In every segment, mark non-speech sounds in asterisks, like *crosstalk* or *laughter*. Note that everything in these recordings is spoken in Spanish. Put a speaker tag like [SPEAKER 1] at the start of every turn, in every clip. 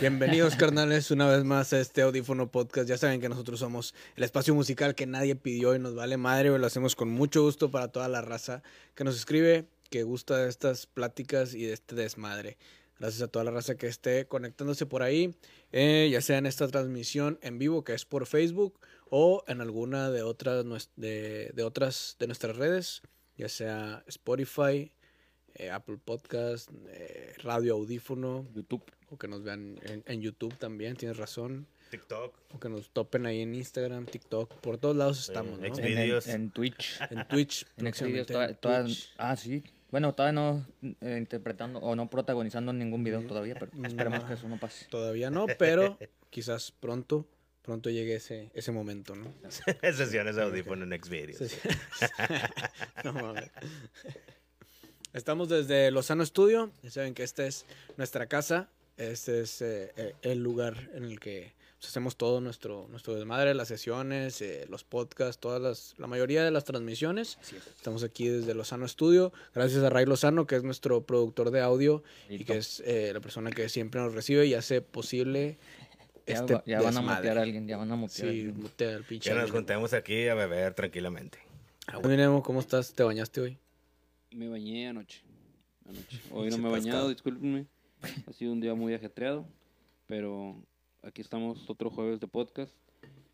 [SPEAKER 1] Bienvenidos, carnales, una vez más a este Audífono Podcast. Ya saben que nosotros somos el espacio musical que nadie pidió y nos vale madre, güey. Lo hacemos con mucho gusto para toda la raza que nos escribe, que gusta de estas pláticas y de este desmadre. Gracias a toda la raza que esté conectándose por ahí, eh, ya sea en esta transmisión en vivo que es por Facebook o en alguna de otras, nues- de, de otras de nuestras redes, ya sea Spotify, eh, Apple Podcast, eh, Radio Audífono,
[SPEAKER 2] YouTube.
[SPEAKER 1] o que nos vean en, en YouTube también, tienes razón.
[SPEAKER 3] TikTok. *laughs*
[SPEAKER 1] O que nos topen ahí en Instagram, TikTok. Por todos lados estamos, ¿no?
[SPEAKER 3] Xvideos.
[SPEAKER 1] En,
[SPEAKER 2] En, en-
[SPEAKER 3] Videos.
[SPEAKER 2] en Twitch.
[SPEAKER 1] Twitch.
[SPEAKER 2] *laughs* En Xvideos.
[SPEAKER 1] próximamente
[SPEAKER 2] toda-
[SPEAKER 1] en
[SPEAKER 2] toda-
[SPEAKER 1] Twitch.
[SPEAKER 2] ah, sí. Bueno, todavía no eh, interpretando o no protagonizando ningún video todavía,
[SPEAKER 1] *laughs*
[SPEAKER 2] pero esperemos que eso no pase.
[SPEAKER 1] Todavía no, pero quizás pronto, pronto llegue ese, ese momento, ¿no?
[SPEAKER 3] Sesiones de audífono en Xvideos.
[SPEAKER 1] Sí, sí. *laughs* No mames. Estamos desde Lozano Studio. Ya saben que esta es nuestra casa. Este es eh, eh, el lugar en el que pues, hacemos todo nuestro, nuestro desmadre, las sesiones, eh, los podcasts, todas las, la mayoría de las transmisiones. Estamos aquí desde Lozano Studio. Gracias a Ray Lozano, que es nuestro productor de audio y que es eh, la persona que siempre nos recibe y hace posible
[SPEAKER 2] Ya,
[SPEAKER 1] este
[SPEAKER 2] va- ya van a
[SPEAKER 1] desmadre.
[SPEAKER 2] mutear a alguien, ya van a mutear a
[SPEAKER 1] Sí,
[SPEAKER 2] alguien.
[SPEAKER 1] mutea al pinche.
[SPEAKER 3] Ya nos
[SPEAKER 1] amigo.
[SPEAKER 3] juntamos aquí a beber tranquilamente.
[SPEAKER 1] Ah, bueno. Nemo, ¿cómo estás? ¿Te bañaste hoy?
[SPEAKER 4] Me bañé anoche.
[SPEAKER 1] *laughs*
[SPEAKER 4] anoche. Hoy no
[SPEAKER 3] Pinche
[SPEAKER 4] me
[SPEAKER 3] atascado.
[SPEAKER 4] he bañado, discúlpenme. Ha sido un día muy ajetreado, pero aquí estamos otro jueves de podcast.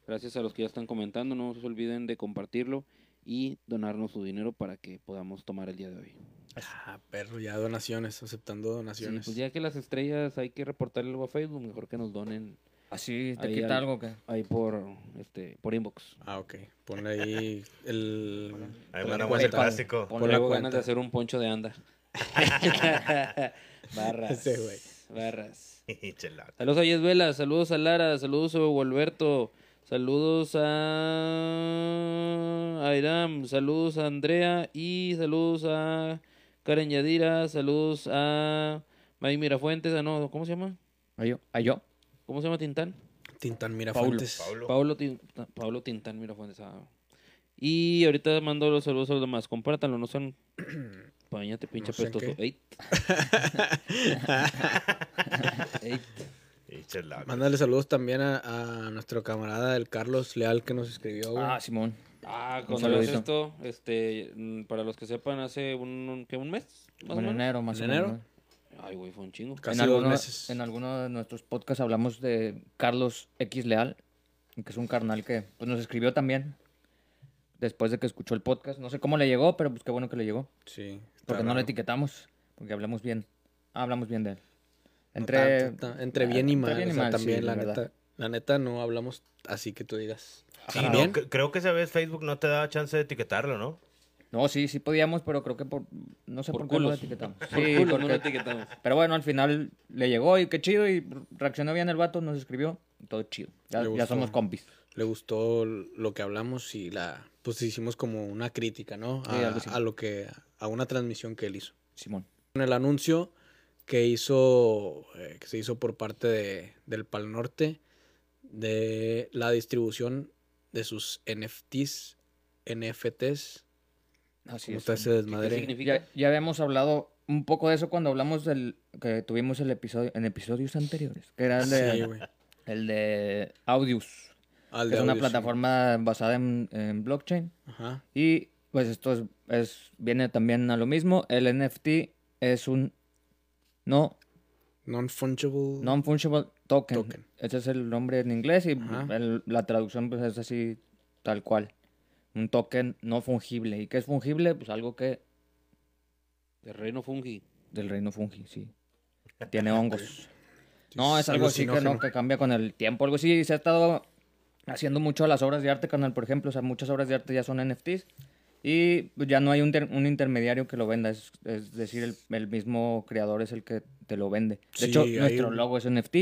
[SPEAKER 4] Gracias a los que ya están comentando, no se olviden de compartirlo y donarnos su dinero para que podamos tomar el día de hoy.
[SPEAKER 1] Ah, perro, ya donaciones, aceptando
[SPEAKER 4] Sí,
[SPEAKER 1] donaciones.
[SPEAKER 4] pues ya que las estrellas hay que reportarle algo a Facebook, mejor que nos donen
[SPEAKER 2] Así Ah, te
[SPEAKER 4] Ahí
[SPEAKER 2] quita
[SPEAKER 4] al-
[SPEAKER 2] algo que.
[SPEAKER 4] ahí por este por inbox.
[SPEAKER 1] Ah, ok. Ponle ahí el.
[SPEAKER 3] Ahí
[SPEAKER 1] la
[SPEAKER 3] mandamos el
[SPEAKER 1] cuenta.
[SPEAKER 3] plástico.
[SPEAKER 1] Por la
[SPEAKER 4] Ponle ganas
[SPEAKER 1] cuenta.
[SPEAKER 4] de hacer un poncho de
[SPEAKER 1] *laughs*
[SPEAKER 4] anda. *laughs* barras.
[SPEAKER 1] Ese güey.
[SPEAKER 4] Barras.
[SPEAKER 3] *laughs* Chela.
[SPEAKER 4] Saludos a Yes Vela, saludos a Lara, saludos a Gualberto, saludos a Airam, saludos a Andrea y saludos a Karen Yadira, saludos a May Mirafuentes, ah, no, ¿cómo se llama?
[SPEAKER 2] ¿A yo? ¿A yo?
[SPEAKER 4] ¿Cómo se llama Tintán?
[SPEAKER 1] Tintán Mirafuentes.
[SPEAKER 3] Pablo.
[SPEAKER 4] Pablo, Tin- Pablo Tintán Mirafuentes. ah. Y ahorita mando los saludos a los demás, compártanlo, no sean... Páñate, pinche
[SPEAKER 1] No sean
[SPEAKER 4] pestoso.
[SPEAKER 1] qué.
[SPEAKER 4] Ey. Ey.
[SPEAKER 3] Y chela.
[SPEAKER 1] Mándale saludos también a, a nuestro camarada, el Carlos Leal, que nos escribió. güey.
[SPEAKER 2] Ah, Simón.
[SPEAKER 4] Ah,
[SPEAKER 2] Un
[SPEAKER 4] cuando lo
[SPEAKER 2] saludito.
[SPEAKER 4] esto, este, mm, para los que sepan, hace un, un- ¿qué, un mes? más o
[SPEAKER 2] Bueno,
[SPEAKER 4] menos.
[SPEAKER 2] enero más
[SPEAKER 1] ¿En
[SPEAKER 2] o menos.
[SPEAKER 1] enero?
[SPEAKER 2] ¿no?
[SPEAKER 4] Ay, güey, fue un chingo.
[SPEAKER 1] Casi
[SPEAKER 2] en,
[SPEAKER 1] dos
[SPEAKER 2] alguno,
[SPEAKER 1] meses.
[SPEAKER 2] en alguno de nuestros podcasts hablamos de Carlos X Leal, que es un carnal que pues, nos escribió también después de que escuchó el podcast. No sé cómo le llegó, pero pues qué bueno que le llegó.
[SPEAKER 1] Sí. está
[SPEAKER 2] Porque no lo
[SPEAKER 1] raro.
[SPEAKER 2] etiquetamos, porque hablamos bien. Ah, hablamos bien de él.
[SPEAKER 1] No
[SPEAKER 2] Entre, Ah,
[SPEAKER 1] tanto, ta- entre bien y
[SPEAKER 2] entre
[SPEAKER 1] mal.
[SPEAKER 2] bien y
[SPEAKER 1] o sea,
[SPEAKER 2] mal, sí,
[SPEAKER 1] también, la,
[SPEAKER 2] la verdad.
[SPEAKER 1] neta. La neta, no hablamos así que tú digas.
[SPEAKER 3] Sí,
[SPEAKER 1] Ajá.
[SPEAKER 3] no,
[SPEAKER 1] Bien.
[SPEAKER 3] cre- creo que esa vez Facebook no te daba chance de etiquetarlo, ¿no?
[SPEAKER 2] No, sí, sí podíamos, pero creo que por... No sé por,
[SPEAKER 4] Por
[SPEAKER 2] qué no lo
[SPEAKER 4] culos.
[SPEAKER 1] *laughs*
[SPEAKER 2] etiquetamos.
[SPEAKER 4] Por
[SPEAKER 2] Sí,
[SPEAKER 4] culo, no
[SPEAKER 2] porque-
[SPEAKER 4] lo etiquetamos.
[SPEAKER 2] Pero bueno, al final le llegó y qué chido y reaccionó bien el vato, nos escribió. Todo chido. Ya,
[SPEAKER 1] Le
[SPEAKER 2] ya
[SPEAKER 1] gustó.
[SPEAKER 2] somos compis.
[SPEAKER 1] Le gustó lo que hablamos y la. Pues hicimos como una crítica, ¿no?
[SPEAKER 2] Sí,
[SPEAKER 1] A,
[SPEAKER 2] algo así.
[SPEAKER 1] a lo que. A una transmisión que él hizo.
[SPEAKER 2] Simón.
[SPEAKER 1] con el anuncio que hizo eh, que se hizo por parte de, del Pal Norte de la distribución de sus NFTs, NFTs,
[SPEAKER 2] Así
[SPEAKER 1] como
[SPEAKER 2] es.
[SPEAKER 1] está ese
[SPEAKER 4] ¿Qué
[SPEAKER 1] desmadre.
[SPEAKER 4] significa?
[SPEAKER 2] Ya, ya habíamos hablado un poco de eso cuando hablamos del que tuvimos el episodio en episodios anteriores, que era el de,
[SPEAKER 1] Sí, güey.
[SPEAKER 2] el de Audius,
[SPEAKER 1] Al de
[SPEAKER 2] que es una
[SPEAKER 1] audio, sí.
[SPEAKER 2] plataforma basada en, en blockchain
[SPEAKER 1] Ajá.
[SPEAKER 2] y pues esto es, es- viene también a lo mismo, el NFT es un no
[SPEAKER 1] Non-fungible.
[SPEAKER 2] non fungible token.
[SPEAKER 1] Token.
[SPEAKER 2] Ese es el nombre en inglés y
[SPEAKER 1] Ajá.
[SPEAKER 2] el- la traducción pues es así tal cual. Un token no fungible. ¿Y qué es fungible? Pues algo que
[SPEAKER 4] Terreno fungi.
[SPEAKER 2] Del reino fungi, sí. Tiene hongos. No, es algo así que no,
[SPEAKER 1] Alucinógeno.
[SPEAKER 2] que cambia con el tiempo. Algo así se ha estado haciendo mucho a las obras de arte, canal, por ejemplo. O sea, muchas obras de arte ya son NFTs. Y pues ya no hay un, ter- un intermediario que lo venda. Es, es decir, el, el mismo creador es el que te lo vende. De
[SPEAKER 1] Sí,
[SPEAKER 2] hecho,
[SPEAKER 1] hay
[SPEAKER 2] nuestro
[SPEAKER 1] un-
[SPEAKER 2] logo es NFT.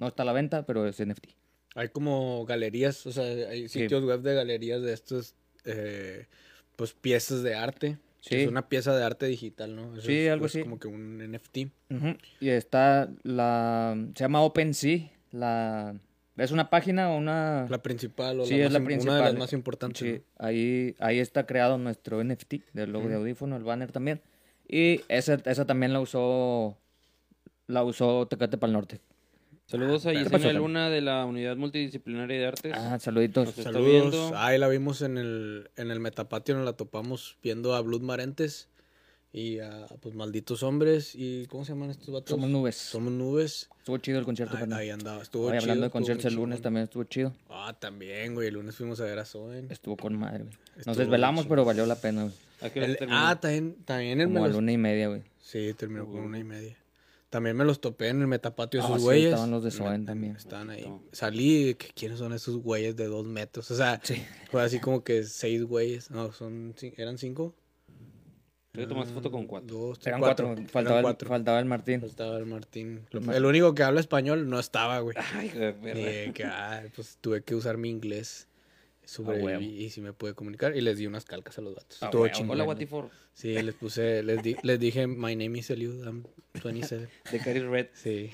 [SPEAKER 2] No está a la venta, pero es NFT.
[SPEAKER 1] Hay como galerías, o sea, hay
[SPEAKER 2] Sí.
[SPEAKER 1] sitios web de galerías de estos, eh, pues piezas de arte. que
[SPEAKER 2] Sí.
[SPEAKER 1] Es una pieza de arte digital, ¿no? Eso
[SPEAKER 2] Sí,
[SPEAKER 1] es,
[SPEAKER 2] algo
[SPEAKER 1] pues,
[SPEAKER 2] así.
[SPEAKER 1] Como que un NFT.
[SPEAKER 2] Ujú. Y está la... Se llama OpenSea. La... Es una página o una...
[SPEAKER 1] La principal o
[SPEAKER 2] Sí,
[SPEAKER 1] la
[SPEAKER 2] es la
[SPEAKER 1] más im-
[SPEAKER 2] principal.
[SPEAKER 1] una de las más importantes.
[SPEAKER 2] Sí,
[SPEAKER 1] ¿no?
[SPEAKER 2] ahí, ahí está creado nuestro NFT del logo de audífono, el banner también. Y esa, esa también la usó, la usó Tecate Pal Norte.
[SPEAKER 4] Saludos a
[SPEAKER 2] Ah, ¿Qué
[SPEAKER 4] Yesenia
[SPEAKER 2] pasó?
[SPEAKER 4] Luna de la Unidad Multidisciplinaria de
[SPEAKER 1] Pues,
[SPEAKER 4] Artes.
[SPEAKER 2] Ah, saluditos.
[SPEAKER 4] Nos está
[SPEAKER 1] Saludos.
[SPEAKER 4] viendo.
[SPEAKER 1] Ahí la vimos en el, en el Metapatio, nos la topamos viendo a Blood Marentes y a pues malditos hombres. ¿Y cómo se llaman estos vatos?
[SPEAKER 2] Somos nubes.
[SPEAKER 1] Somos nubes.
[SPEAKER 2] Estuvo chido el concierto,
[SPEAKER 1] Ahí,
[SPEAKER 2] carnal.
[SPEAKER 1] ahí andaba. Estuvo
[SPEAKER 2] Oye,
[SPEAKER 1] chido,
[SPEAKER 2] hablando de
[SPEAKER 1] estuvo
[SPEAKER 2] conciertos el
[SPEAKER 1] bien
[SPEAKER 2] lunes
[SPEAKER 1] chingón.
[SPEAKER 2] también estuvo chido.
[SPEAKER 1] Ah, también, güey. El lunes fuimos a ver a Zoen.
[SPEAKER 2] Estuvo con madre, güey.
[SPEAKER 1] Estuvo
[SPEAKER 2] Nos desvelamos,
[SPEAKER 1] chido.
[SPEAKER 2] pero valió la pena, güey.
[SPEAKER 4] ¿A qué hora
[SPEAKER 1] El-
[SPEAKER 4] se terminó?
[SPEAKER 1] ah, también, también el
[SPEAKER 2] Como a
[SPEAKER 1] me
[SPEAKER 2] la
[SPEAKER 1] los-
[SPEAKER 2] una y media, güey.
[SPEAKER 1] Sí, terminó con
[SPEAKER 4] Ujú.
[SPEAKER 1] una y media. También me los topé en el metapatio
[SPEAKER 2] Ah,
[SPEAKER 1] esos
[SPEAKER 2] sí,
[SPEAKER 1] güeyes.
[SPEAKER 2] estaban los de
[SPEAKER 1] Me-
[SPEAKER 2] Soen también.
[SPEAKER 1] Estaban ahí.
[SPEAKER 4] No.
[SPEAKER 1] Salí, que ¿quiénes son esos güeyes de dos metros? O sea,
[SPEAKER 2] Sí.
[SPEAKER 1] fue así como que seis güeyes. No, son, cin- ¿eran cinco?
[SPEAKER 4] Creo que tomaste foto con cuatro.
[SPEAKER 1] Dos, tres,
[SPEAKER 2] Eran cuatro. güey. Faltaba,
[SPEAKER 1] Eran
[SPEAKER 2] el,
[SPEAKER 1] cuatro.
[SPEAKER 2] faltaba el Martín.
[SPEAKER 1] No estaba el Martín.
[SPEAKER 2] Lo- Ah,
[SPEAKER 1] El único que habla español no estaba, güey.
[SPEAKER 2] Mm,
[SPEAKER 4] Ay, de
[SPEAKER 1] Y
[SPEAKER 4] verdad.
[SPEAKER 1] de que, ah, pues tuve que usar mi inglés. Sobreviví
[SPEAKER 2] huevo.
[SPEAKER 1] y si me pude comunicar. Y les di unas calcas a los vatos.
[SPEAKER 2] Ah,
[SPEAKER 1] Estuvo
[SPEAKER 2] huevo.
[SPEAKER 1] chingón.
[SPEAKER 4] Hola, Watifor.
[SPEAKER 1] Sí, les puse, les, di- les dije, my name is Eliud, I'm 27.
[SPEAKER 4] De Cari Red.
[SPEAKER 2] *laughs*
[SPEAKER 1] Sí.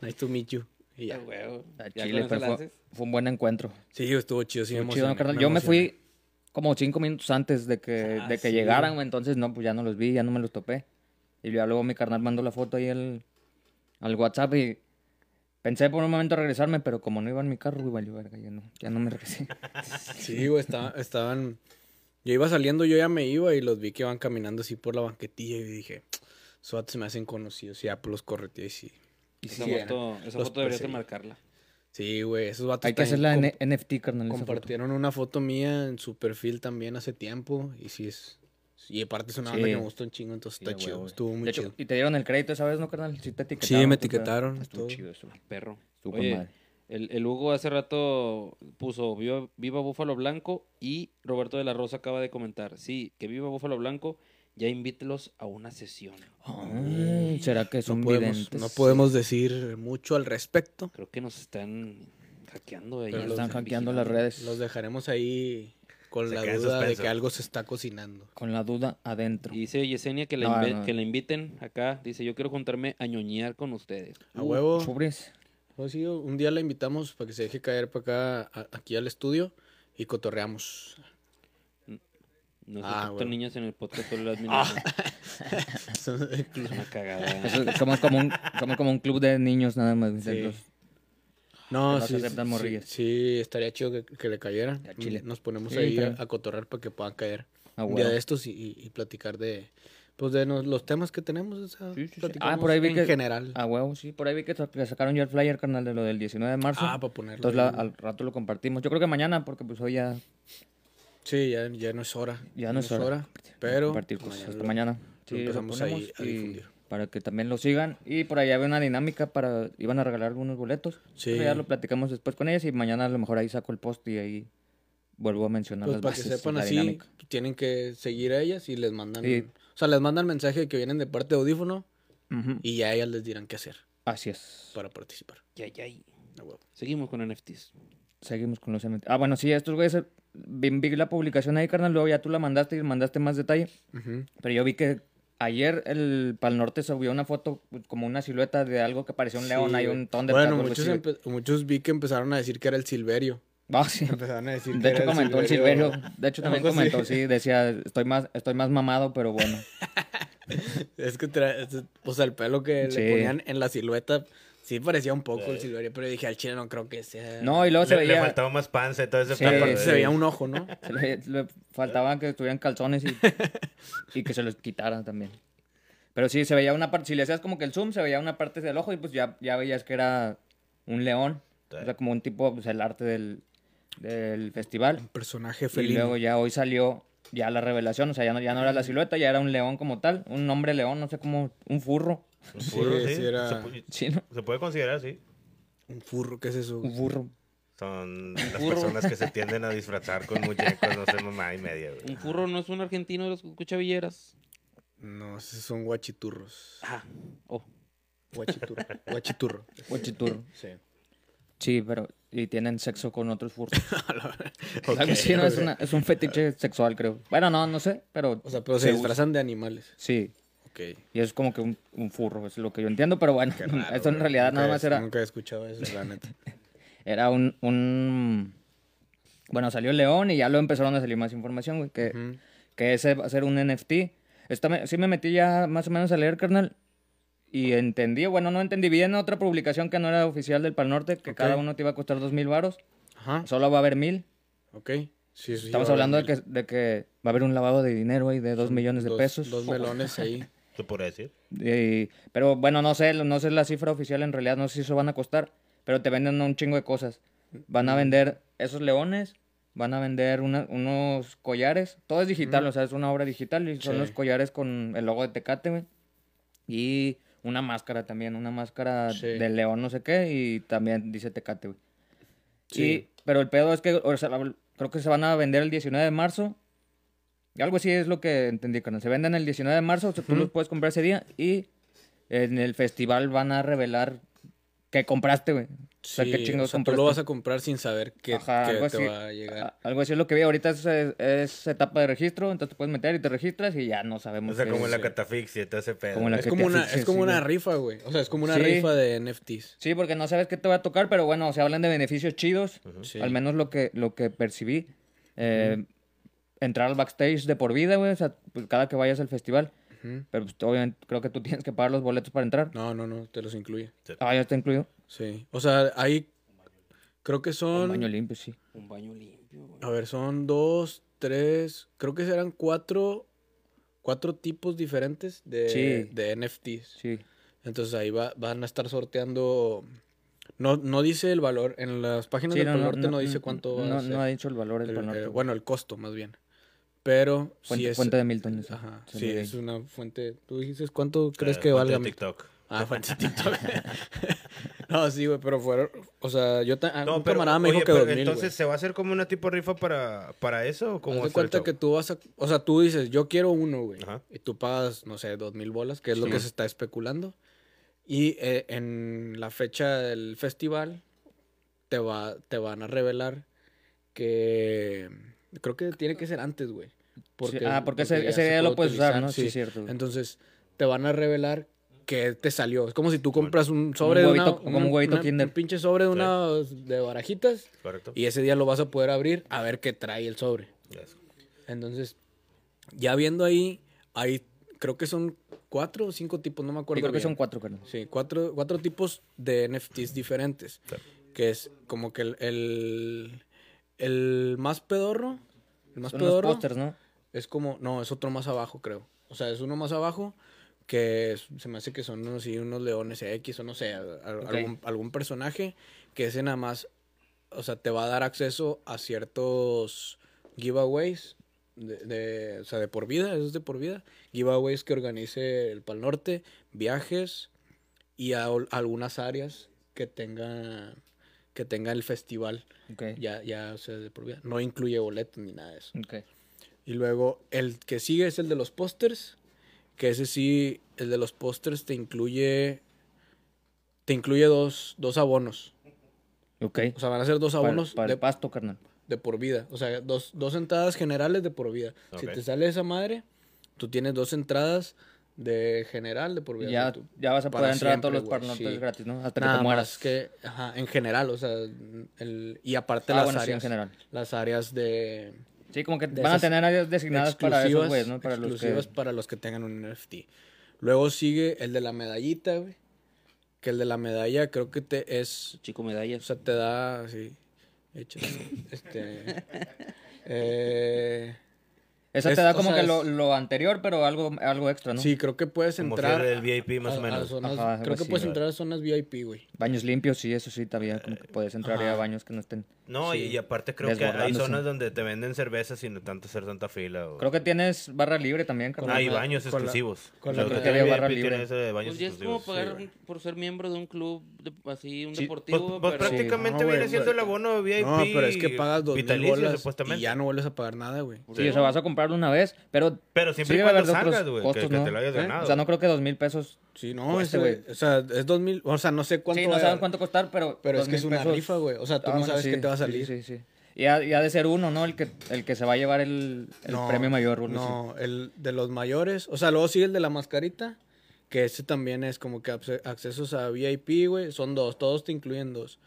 [SPEAKER 1] nice to meet you. Y ya.
[SPEAKER 4] Ah, huevo.
[SPEAKER 2] A
[SPEAKER 4] Ya
[SPEAKER 2] Chile,
[SPEAKER 4] con eso
[SPEAKER 2] pero
[SPEAKER 4] la
[SPEAKER 2] fue,
[SPEAKER 4] haces.
[SPEAKER 2] fue un buen encuentro.
[SPEAKER 1] Sí, estuvo chido, sí, me
[SPEAKER 2] Estuvo chido,
[SPEAKER 1] emocioné,
[SPEAKER 2] ¿no, carnal?
[SPEAKER 1] me
[SPEAKER 2] Yo me
[SPEAKER 1] emocioné.
[SPEAKER 2] fui como cinco minutos antes de que,
[SPEAKER 1] Ah,
[SPEAKER 2] de que
[SPEAKER 1] sí.
[SPEAKER 2] llegaran, güey. Entonces, no, pues ya no los vi, ya no me los topé. Y ya luego mi carnal mandó la foto ahí al, al WhatsApp y pensé por un momento regresarme, pero como no iba en mi carro, güey, valió verga, ya no, ya no
[SPEAKER 1] *laughs*
[SPEAKER 2] me regresé.
[SPEAKER 1] Pues Sí, güey, estaba- estaban. Yo iba saliendo, yo ya me iba y los vi que iban caminando así por la banquetilla y dije, SWAT se me hacen conocidos. Y ya pues los correteé y sí. Y
[SPEAKER 4] Esa
[SPEAKER 1] sí,
[SPEAKER 4] foto, esa
[SPEAKER 1] Los
[SPEAKER 4] foto deberías de
[SPEAKER 1] perseguí.
[SPEAKER 4] marcarla.
[SPEAKER 1] Sí, güey, esos vatos.
[SPEAKER 2] Hay que hacer
[SPEAKER 1] también
[SPEAKER 2] la
[SPEAKER 1] comp-
[SPEAKER 2] N- NFT, carnal. esa foto.
[SPEAKER 1] Compartieron una foto mía en su perfil también hace tiempo. Y sí es. Y aparte es una banda
[SPEAKER 2] Sí.
[SPEAKER 1] que me gustó un chingo, entonces
[SPEAKER 2] Sí,
[SPEAKER 1] está
[SPEAKER 2] a
[SPEAKER 1] chido.
[SPEAKER 2] huevo, güey.
[SPEAKER 1] Estuvo muy
[SPEAKER 2] De hecho,
[SPEAKER 1] chido.
[SPEAKER 2] y te dieron el crédito esa vez, ¿no, carnal? Sí, te etiquetaron.
[SPEAKER 1] Sí, me
[SPEAKER 2] o sea,
[SPEAKER 1] etiquetaron,
[SPEAKER 2] Estuvo
[SPEAKER 1] todo.
[SPEAKER 2] chido eso.
[SPEAKER 4] Perro.
[SPEAKER 2] Estuvo con
[SPEAKER 4] Oye,
[SPEAKER 2] madre.
[SPEAKER 4] el, el Hugo hace rato puso viva, viva Búfalo Blanco y Roberto de la Rosa acaba de comentar. Sí, que viva Búfalo Blanco, ya invítelos a una sesión.
[SPEAKER 2] Ay, ¿Será que son
[SPEAKER 1] No podemos,
[SPEAKER 2] videntes?
[SPEAKER 1] no podemos decir mucho al respecto.
[SPEAKER 4] Creo que nos están hackeando ahí.
[SPEAKER 1] Pero
[SPEAKER 4] nos
[SPEAKER 1] los
[SPEAKER 2] Están
[SPEAKER 1] están
[SPEAKER 2] hackeando las
[SPEAKER 4] vigilando.
[SPEAKER 2] redes.
[SPEAKER 1] Los dejaremos ahí con
[SPEAKER 3] Se
[SPEAKER 1] la
[SPEAKER 3] queda en
[SPEAKER 1] duda de
[SPEAKER 3] suspenso.
[SPEAKER 1] que algo se está cocinando.
[SPEAKER 2] Con la duda adentro.
[SPEAKER 4] Y dice Yesenia que la,
[SPEAKER 2] No,
[SPEAKER 4] inve-
[SPEAKER 2] no.
[SPEAKER 4] que la inviten acá. Dice, yo quiero juntarme a ñoñear con ustedes.
[SPEAKER 1] A
[SPEAKER 4] Uh,
[SPEAKER 1] huevo.
[SPEAKER 2] Pobres.
[SPEAKER 1] Pues sí, un día la invitamos para que se deje caer para acá, a- aquí al estudio y
[SPEAKER 2] *laughs*
[SPEAKER 1] cotorreamos.
[SPEAKER 4] No sé
[SPEAKER 1] Ah,
[SPEAKER 4] cuántos
[SPEAKER 1] huevo.
[SPEAKER 4] niños en el podcast solo las minas.
[SPEAKER 1] sí,
[SPEAKER 4] Una cagada.
[SPEAKER 2] Eso- somos, como un, somos como un club de niños nada más.
[SPEAKER 1] Sí.
[SPEAKER 2] Los-
[SPEAKER 1] no,
[SPEAKER 2] Que no
[SPEAKER 1] sí,
[SPEAKER 2] se aceptan
[SPEAKER 1] sí,
[SPEAKER 2] morrillas.
[SPEAKER 1] Sí, estaría chido que, que le cayera.
[SPEAKER 2] A Chile.
[SPEAKER 1] Nos ponemos
[SPEAKER 2] Sí,
[SPEAKER 1] ahí a,
[SPEAKER 2] claro.
[SPEAKER 1] a cotorrear para que puedan caer
[SPEAKER 2] Ah,
[SPEAKER 1] un
[SPEAKER 2] huevo.
[SPEAKER 1] día de este. estos y, y- y platicar de pues de nos- los temas que tenemos. o sea,
[SPEAKER 2] Sí, sí, sí.
[SPEAKER 1] platicamos
[SPEAKER 2] Ah, por ahí vi
[SPEAKER 1] en
[SPEAKER 2] que-
[SPEAKER 1] general.
[SPEAKER 2] Ah, huevo, sí. Por ahí vi que, sa- que sacaron ya el flyer, carnal, de lo del 19 de marzo.
[SPEAKER 1] Ah, para ponerlo.
[SPEAKER 2] Entonces la-
[SPEAKER 1] ahí.
[SPEAKER 2] al rato lo compartimos. Yo creo que mañana, porque pues hoy ya,
[SPEAKER 1] Sí, ya, ya no es hora.
[SPEAKER 2] ya no es hora.
[SPEAKER 1] pero
[SPEAKER 2] compartir
[SPEAKER 1] mañana
[SPEAKER 2] cosas. Hasta
[SPEAKER 1] lo-
[SPEAKER 2] mañana.
[SPEAKER 1] lo empezamos
[SPEAKER 2] ponemos
[SPEAKER 1] ahí a
[SPEAKER 2] y-
[SPEAKER 1] difundir.
[SPEAKER 2] Para que también lo sigan. Y por ahí había una dinámica para... Iban a regalar algunos boletos.
[SPEAKER 1] Sí.
[SPEAKER 2] Pero ya lo platicamos después con ellas y mañana a lo mejor ahí saco el post y ahí vuelvo a mencionar
[SPEAKER 1] Pues
[SPEAKER 2] las
[SPEAKER 1] para que
[SPEAKER 2] bases de
[SPEAKER 1] sepan
[SPEAKER 2] la
[SPEAKER 1] así,
[SPEAKER 2] dinámica.
[SPEAKER 1] tienen que seguir a ellas y les mandan.
[SPEAKER 2] Sí.
[SPEAKER 1] O sea, les mandan mensaje de que vienen de parte de audífono
[SPEAKER 2] Ujú.
[SPEAKER 1] y ya ellas les dirán qué hacer
[SPEAKER 2] Así es.
[SPEAKER 1] para participar.
[SPEAKER 4] Ya, ya, y-
[SPEAKER 1] A huevo.
[SPEAKER 4] Seguimos con NFTs.
[SPEAKER 2] Seguimos con los MT. Ah, bueno, sí, estos güeyes. eh, Vi, vi la publicación ahí, carnal. Luego ya tú la mandaste y mandaste más detalle.
[SPEAKER 1] Ujú.
[SPEAKER 2] Pero yo vi que ayer el Pal Norte subió una foto pues, como una silueta de algo que parecía un león.
[SPEAKER 1] Sí,
[SPEAKER 2] Hay
[SPEAKER 1] güey.
[SPEAKER 2] un ton de pues
[SPEAKER 1] Bueno, muchos, empe- muchos vi que empezaron a decir que era el Silverio. *laughs* Empezaron a decir que
[SPEAKER 2] De hecho,
[SPEAKER 1] era
[SPEAKER 2] comentó el Silverio. De hecho, también
[SPEAKER 1] Algo así.
[SPEAKER 2] comentó, sí. Decía, estoy más, estoy más mamado, pero
[SPEAKER 1] *laughs*
[SPEAKER 2] bueno.
[SPEAKER 1] Es que, tra- es- o sea, el pelo que
[SPEAKER 2] Sí.
[SPEAKER 1] le ponían en la silueta sí parecía un poco el Silverio, pero dije al chile no creo que sea.
[SPEAKER 2] No, y luego se
[SPEAKER 3] Le, le
[SPEAKER 2] veía.
[SPEAKER 3] faltaba más panza y todo ese
[SPEAKER 2] Sí.
[SPEAKER 1] Y
[SPEAKER 3] pedo,
[SPEAKER 1] aparte
[SPEAKER 3] güey.
[SPEAKER 1] se veía un ojo,
[SPEAKER 2] *laughs*
[SPEAKER 1] ¿no?
[SPEAKER 2] se le, le faltaban que estuvieran calzones
[SPEAKER 1] *laughs*
[SPEAKER 2] y, y que se los quitaran también. Pero sí, se veía una parte, si le hacías como que el zoom, se veía una parte del ojo y pues ya, ya veías que era un león.
[SPEAKER 3] Sí.
[SPEAKER 2] O sea, como un tipo, pues el arte del, del festival.
[SPEAKER 1] Un personaje
[SPEAKER 2] Y
[SPEAKER 1] feliz.
[SPEAKER 2] luego ya hoy salió ya la revelación, o sea, ya no, ya no era la silueta, ya era un león como tal, un hombre león, no sé cómo, un furro. *laughs*
[SPEAKER 3] Un furro,
[SPEAKER 1] Sí,
[SPEAKER 3] sí.
[SPEAKER 1] sí era-
[SPEAKER 3] se, pu-
[SPEAKER 2] Sí, ¿no?
[SPEAKER 3] se puede considerar, sí.
[SPEAKER 1] Un furro, ¿qué es eso?
[SPEAKER 2] Un furro.
[SPEAKER 3] Son las
[SPEAKER 4] furro.
[SPEAKER 3] personas
[SPEAKER 1] *laughs*
[SPEAKER 3] que se tienden a disfrazar con muñecos, no sé, mamá y media, güey.
[SPEAKER 4] Un furro no es un argentino de los cuchavilleras.
[SPEAKER 1] No, esos son guachiturros.
[SPEAKER 4] Ah, oh.
[SPEAKER 1] Guachiturro. Guachiturro.
[SPEAKER 2] Guachiturro.
[SPEAKER 1] Sí.
[SPEAKER 2] Sí, pero. Y tienen sexo con otros
[SPEAKER 1] *laughs*
[SPEAKER 2] furros.
[SPEAKER 1] *laughs* Ok,
[SPEAKER 2] Algo así, ¿no? es,
[SPEAKER 1] ok.
[SPEAKER 2] una- es un fetiche sexual, creo. Bueno, no, no sé, pero.
[SPEAKER 1] O sea, pero se
[SPEAKER 2] se
[SPEAKER 1] disfrazan de animales.
[SPEAKER 2] Sí,
[SPEAKER 1] Ok.
[SPEAKER 2] y es como que un, un furro, es lo que yo entiendo, pero bueno,
[SPEAKER 1] Qué raro,
[SPEAKER 2] *laughs* eso Mm, en
[SPEAKER 1] güey.
[SPEAKER 2] realidad
[SPEAKER 1] Nunca
[SPEAKER 2] nada
[SPEAKER 1] he-
[SPEAKER 2] más era,
[SPEAKER 1] Nunca he escuchado eso, la neta.
[SPEAKER 2] era un, un- Bueno, salió el León y ya lo empezaron a salir más información, güey, que,
[SPEAKER 1] *laughs* Ujú.
[SPEAKER 2] que ese va a ser un NFT. Esta me- sí me metí ya más o menos a leer, carnal, Y entendí, bueno, no entendí. Vi en otra publicación que no era oficial del Pal Norte que
[SPEAKER 1] Ok.
[SPEAKER 2] cada uno te iba a costar dos mil varos.
[SPEAKER 1] Ajá.
[SPEAKER 2] Solo va a haber mil.
[SPEAKER 1] Ok. Sí, eso sí
[SPEAKER 2] Estamos
[SPEAKER 1] va a
[SPEAKER 2] hablando de
[SPEAKER 1] haber
[SPEAKER 2] que, de que va a haber un lavado de dinero ahí de dos millones de
[SPEAKER 1] dos-
[SPEAKER 2] pesos.
[SPEAKER 1] Dos melones
[SPEAKER 2] *laughs*
[SPEAKER 1] ahí.
[SPEAKER 3] ¿Tú por decir?
[SPEAKER 2] Y- Eh, pero bueno, no sé, no sé la cifra oficial en realidad, no sé si eso van a costar, pero te venden un chingo de cosas. Van a vender esos leones, van a vender una- unos collares, todo es digital, o sea, es una obra digital y son
[SPEAKER 1] Sí.
[SPEAKER 2] los collares con el logo de Tecate, güey. Y una máscara también, una máscara
[SPEAKER 1] Sí.
[SPEAKER 2] de león no sé qué y también dice Tecate, güey.
[SPEAKER 1] Sí.
[SPEAKER 2] Sí. pero el pedo es que, o sea, la- creo que se van a vender el 19 de marzo. Y Algo así es lo que entendí, carnal. Se venden el 19 de marzo, o sea, tú los puedes comprar ese día y en el festival van a revelar qué compraste, güey. O sea, qué
[SPEAKER 1] Sí,
[SPEAKER 2] chingados
[SPEAKER 1] o sea, tú
[SPEAKER 2] compraste.
[SPEAKER 1] lo vas a comprar sin saber que,
[SPEAKER 2] Ajá,
[SPEAKER 1] que
[SPEAKER 2] algo
[SPEAKER 1] te
[SPEAKER 2] así. Ah,
[SPEAKER 1] va a llegar.
[SPEAKER 2] A- Algo así es lo que vi. Ahorita es, es- es etapa de registro, entonces te puedes meter y te registras y ya no sabemos.
[SPEAKER 3] O sea,
[SPEAKER 2] qué
[SPEAKER 3] como
[SPEAKER 2] es.
[SPEAKER 3] la catafixia y todo ese pedo.
[SPEAKER 2] Como la-
[SPEAKER 1] Es
[SPEAKER 2] que
[SPEAKER 1] como,
[SPEAKER 2] te
[SPEAKER 1] una,
[SPEAKER 2] asfixie,
[SPEAKER 1] es como
[SPEAKER 2] sí,
[SPEAKER 1] una
[SPEAKER 2] güey.
[SPEAKER 1] rifa, güey. O sea, es como una
[SPEAKER 2] Sí.
[SPEAKER 1] rifa de NFTs.
[SPEAKER 2] Sí, porque no sabes qué te va a tocar, pero bueno, se hablan de beneficios chidos.
[SPEAKER 1] Sí.
[SPEAKER 2] Al menos lo que, lo que percibí. Eh, Entrar al backstage de por vida, güey. O sea, pues, cada que vayas al festival.
[SPEAKER 1] Ujú.
[SPEAKER 2] Pero pues, obviamente creo que tú tienes que pagar los boletos para entrar.
[SPEAKER 1] No, no, no, te los incluye.
[SPEAKER 2] Ah, ya está incluido.
[SPEAKER 1] Sí. O sea, ahí creo que
[SPEAKER 2] Un
[SPEAKER 1] son...
[SPEAKER 2] baño limpio, sí.
[SPEAKER 4] Un baño limpio, güey.
[SPEAKER 1] A ver, son dos, tres, creo que serán cuatro, cuatro tipos diferentes de,
[SPEAKER 2] Sí.
[SPEAKER 1] de NFTs.
[SPEAKER 2] Sí.
[SPEAKER 1] Entonces ahí va- van a estar sorteando. No, no dice el valor, en las páginas
[SPEAKER 2] Sí,
[SPEAKER 1] del Pal Norte no, dice cuánto va
[SPEAKER 2] no,
[SPEAKER 1] a ser.
[SPEAKER 2] no ha dicho el valor del
[SPEAKER 1] el-
[SPEAKER 2] Pal Norte.
[SPEAKER 1] el- bueno, el costo más bien. Pero
[SPEAKER 2] Fuente,
[SPEAKER 1] sí es.
[SPEAKER 2] fuente de Milton. esa.
[SPEAKER 1] Ajá,
[SPEAKER 2] Se
[SPEAKER 1] sí,
[SPEAKER 2] me-
[SPEAKER 1] es una fuente. Tú dices cuánto crees
[SPEAKER 3] Eh,
[SPEAKER 1] que
[SPEAKER 3] ponte
[SPEAKER 1] valga.
[SPEAKER 3] a
[SPEAKER 1] mi-
[SPEAKER 3] TikTok.
[SPEAKER 1] Ah, fuente de TikTok.
[SPEAKER 3] *laughs*
[SPEAKER 1] *laughs* no, sí, güey, pero fueron. O sea, yo. ta- ah,
[SPEAKER 3] No,
[SPEAKER 1] un
[SPEAKER 3] pero,
[SPEAKER 1] camarada me
[SPEAKER 3] oye,
[SPEAKER 1] dijo que
[SPEAKER 3] pero
[SPEAKER 1] 2000. güey.
[SPEAKER 3] entonces se va a hacer como una tipo rifa para, para eso o como
[SPEAKER 1] Haz de cuenta que tú vas a... O sea, tú dices, yo quiero uno, güey.
[SPEAKER 3] Ajá.
[SPEAKER 1] Y tú pagas, no sé, dos mil bolas, que es lo que se está especulando. Y eh, en la fecha del festival te, va, te van a revelar que... Creo que tiene que ser antes, güey.
[SPEAKER 2] Sí, ah, porque ese-
[SPEAKER 1] ya se
[SPEAKER 2] ese día
[SPEAKER 1] puede
[SPEAKER 2] lo puedes usar,
[SPEAKER 1] utilizar,
[SPEAKER 2] ¿no? Sí, cierto, güey.
[SPEAKER 1] Entonces, te van a revelar que te salió. Es como si tú compras un sobre
[SPEAKER 2] un
[SPEAKER 1] de una-
[SPEAKER 2] huevito- como un huevito Kinder.
[SPEAKER 1] Un pinche sobre de unas de barajitas.
[SPEAKER 3] Correcto.
[SPEAKER 1] Y ese día lo vas a poder abrir a ver qué trae el sobre.
[SPEAKER 3] Yes.
[SPEAKER 1] Entonces, ya viendo ahí, ahí creo que son cuatro o cinco tipos, no me
[SPEAKER 2] Sí,
[SPEAKER 1] acuerdo.
[SPEAKER 2] creo que
[SPEAKER 1] bien.
[SPEAKER 2] son cuatro, carnal.
[SPEAKER 1] Sí, cuatro, cuatro tipos de NFTs diferentes. Que es como que el, el, el más pedorro. El más
[SPEAKER 2] Son los
[SPEAKER 1] pedorro
[SPEAKER 2] pósters, ¿no?
[SPEAKER 1] es como. No, es otro más abajo, creo. O sea, es uno más abajo que es- se me hace que son unos, sí, unos leones X o no sé, al- al-
[SPEAKER 2] Ok.
[SPEAKER 1] algún, algún personaje que ese nada más. O sea, te va a dar acceso a ciertos giveaways. De, de- o sea, de por vida, eso es de por vida. Giveaways que organice el Pal Norte, viajes y a ol- algunas áreas que tenga, que tenga el festival.
[SPEAKER 2] Ok.
[SPEAKER 1] Ya, ya, o sea, de por vida. No incluye boletos ni nada de eso.
[SPEAKER 2] Ok.
[SPEAKER 1] Y luego el que sigue es el de los pósters, que ese sí, el de los pósters te incluye te incluye dos, dos abonos.
[SPEAKER 2] Ok.
[SPEAKER 1] O sea, van a ser dos
[SPEAKER 2] Para-
[SPEAKER 1] abonos
[SPEAKER 2] para el
[SPEAKER 1] de,
[SPEAKER 2] pasto, carnal.
[SPEAKER 1] de por vida. O sea, dos, dos entradas generales de por vida. Si
[SPEAKER 3] Ok.
[SPEAKER 1] te sale esa madre, tú tienes dos entradas de general de por vida. O sea,
[SPEAKER 2] Ya,
[SPEAKER 1] tú-
[SPEAKER 2] ya vas a
[SPEAKER 1] para
[SPEAKER 2] poder entrar a todos
[SPEAKER 1] siempre,
[SPEAKER 2] los
[SPEAKER 1] güey,
[SPEAKER 2] parlantes
[SPEAKER 1] sí.
[SPEAKER 2] gratis, ¿no? Hasta que
[SPEAKER 1] Nada
[SPEAKER 2] te
[SPEAKER 1] más
[SPEAKER 2] mueras.
[SPEAKER 1] que, ajá, en general, o sea, el- y aparte
[SPEAKER 2] Ah,
[SPEAKER 1] las
[SPEAKER 2] bueno, sí, en
[SPEAKER 1] áreas,
[SPEAKER 2] general.
[SPEAKER 1] las áreas de,
[SPEAKER 2] Sí, como que
[SPEAKER 1] de
[SPEAKER 2] van a
[SPEAKER 1] esas
[SPEAKER 2] tener áreas designadas para esos güeyes, ¿no? Para los que...
[SPEAKER 1] exclusivas para los que tengan un NFT. Luego sigue el de la medallita, güey. Que el de la medalla creo que te es.
[SPEAKER 4] Chico
[SPEAKER 1] O
[SPEAKER 4] medallas.
[SPEAKER 1] sea, te da. Sí. échale, este. eh,
[SPEAKER 2] Esa
[SPEAKER 1] es-
[SPEAKER 2] te da
[SPEAKER 1] o
[SPEAKER 2] como
[SPEAKER 1] sea,
[SPEAKER 2] que lo,
[SPEAKER 1] es-
[SPEAKER 2] lo anterior, pero algo, algo extra, ¿no?
[SPEAKER 1] Sí, creo que puedes
[SPEAKER 3] Como
[SPEAKER 1] entrar.
[SPEAKER 3] ser el VIP más
[SPEAKER 1] a-
[SPEAKER 3] o
[SPEAKER 1] a
[SPEAKER 3] menos.
[SPEAKER 1] zonas-
[SPEAKER 2] Ajá, algo
[SPEAKER 1] creo que
[SPEAKER 2] así,
[SPEAKER 1] puedes
[SPEAKER 2] ¿verdad?
[SPEAKER 1] entrar a zonas VIP, güey.
[SPEAKER 2] Baños limpios, sí, eso sí, también. Como que puedes entrar ya a baños que no estén...
[SPEAKER 3] No, y, y aparte creo que hay
[SPEAKER 2] Desbordándose.
[SPEAKER 3] zonas donde te venden cerveza sin tanto hacer tanta fila. O...
[SPEAKER 2] Creo que tienes barra libre también, carnal.
[SPEAKER 3] Ah, y
[SPEAKER 1] la-
[SPEAKER 3] baños
[SPEAKER 1] con la-
[SPEAKER 3] exclusivos.
[SPEAKER 1] con
[SPEAKER 3] O sea,
[SPEAKER 1] la
[SPEAKER 2] creo
[SPEAKER 3] usted
[SPEAKER 2] que
[SPEAKER 3] tiene
[SPEAKER 2] había barra
[SPEAKER 3] VIP, tiene
[SPEAKER 2] libre.
[SPEAKER 3] eso de baños
[SPEAKER 4] Pues ya es como
[SPEAKER 3] exclusivos.
[SPEAKER 4] pagar
[SPEAKER 1] güey.
[SPEAKER 4] un- por ser miembro de un club, de- así, un
[SPEAKER 2] Sí,
[SPEAKER 3] Pues,
[SPEAKER 4] deportivo,
[SPEAKER 3] pues
[SPEAKER 4] pero...
[SPEAKER 3] prácticamente
[SPEAKER 1] No, güey,
[SPEAKER 3] viene siendo
[SPEAKER 1] güey.
[SPEAKER 3] el abono VIP.
[SPEAKER 1] No, pero es que pagas dos mil
[SPEAKER 3] vitalicio,
[SPEAKER 1] bolas y
[SPEAKER 3] supuestamente.
[SPEAKER 1] ya no vuelves a pagar nada, güey.
[SPEAKER 2] Sí, o sea, vas a comprarlo una vez, pero...
[SPEAKER 3] Pero siempre y
[SPEAKER 2] debe haber
[SPEAKER 3] cuando
[SPEAKER 2] otros
[SPEAKER 3] salgas, güey, que,
[SPEAKER 2] costos,
[SPEAKER 3] que
[SPEAKER 2] ¿no?
[SPEAKER 3] te lo hayas
[SPEAKER 1] ¿Eh?
[SPEAKER 3] ganado.
[SPEAKER 2] O sea, no creo que dos mil pesos...
[SPEAKER 1] Sí, no,
[SPEAKER 2] Cueste,
[SPEAKER 1] ese,
[SPEAKER 2] güey.
[SPEAKER 1] O sea, es dos mil. O sea, no sé cuánto.
[SPEAKER 2] Sí, no
[SPEAKER 1] vaya-
[SPEAKER 2] sabes cuánto costar, pero...
[SPEAKER 1] Pero es
[SPEAKER 2] dos
[SPEAKER 1] que es
[SPEAKER 2] mil
[SPEAKER 1] una
[SPEAKER 2] pesos-
[SPEAKER 1] rifa, güey. O sea, tú
[SPEAKER 2] Ah,
[SPEAKER 1] no
[SPEAKER 2] bueno,
[SPEAKER 1] sabes
[SPEAKER 2] sí,
[SPEAKER 1] qué te va a
[SPEAKER 2] sí,
[SPEAKER 1] salir.
[SPEAKER 2] Sí, sí, Y ha, y ha de ser uno, ¿no? El que, el que se va a llevar el, el
[SPEAKER 1] No,
[SPEAKER 2] premio mayor. güey, sí.
[SPEAKER 1] No, el de los mayores. O sea, luego sigue el de la mascarita. Que ese también es como que acce- accesos a VIP, güey. Son dos, todos te incluyen dos.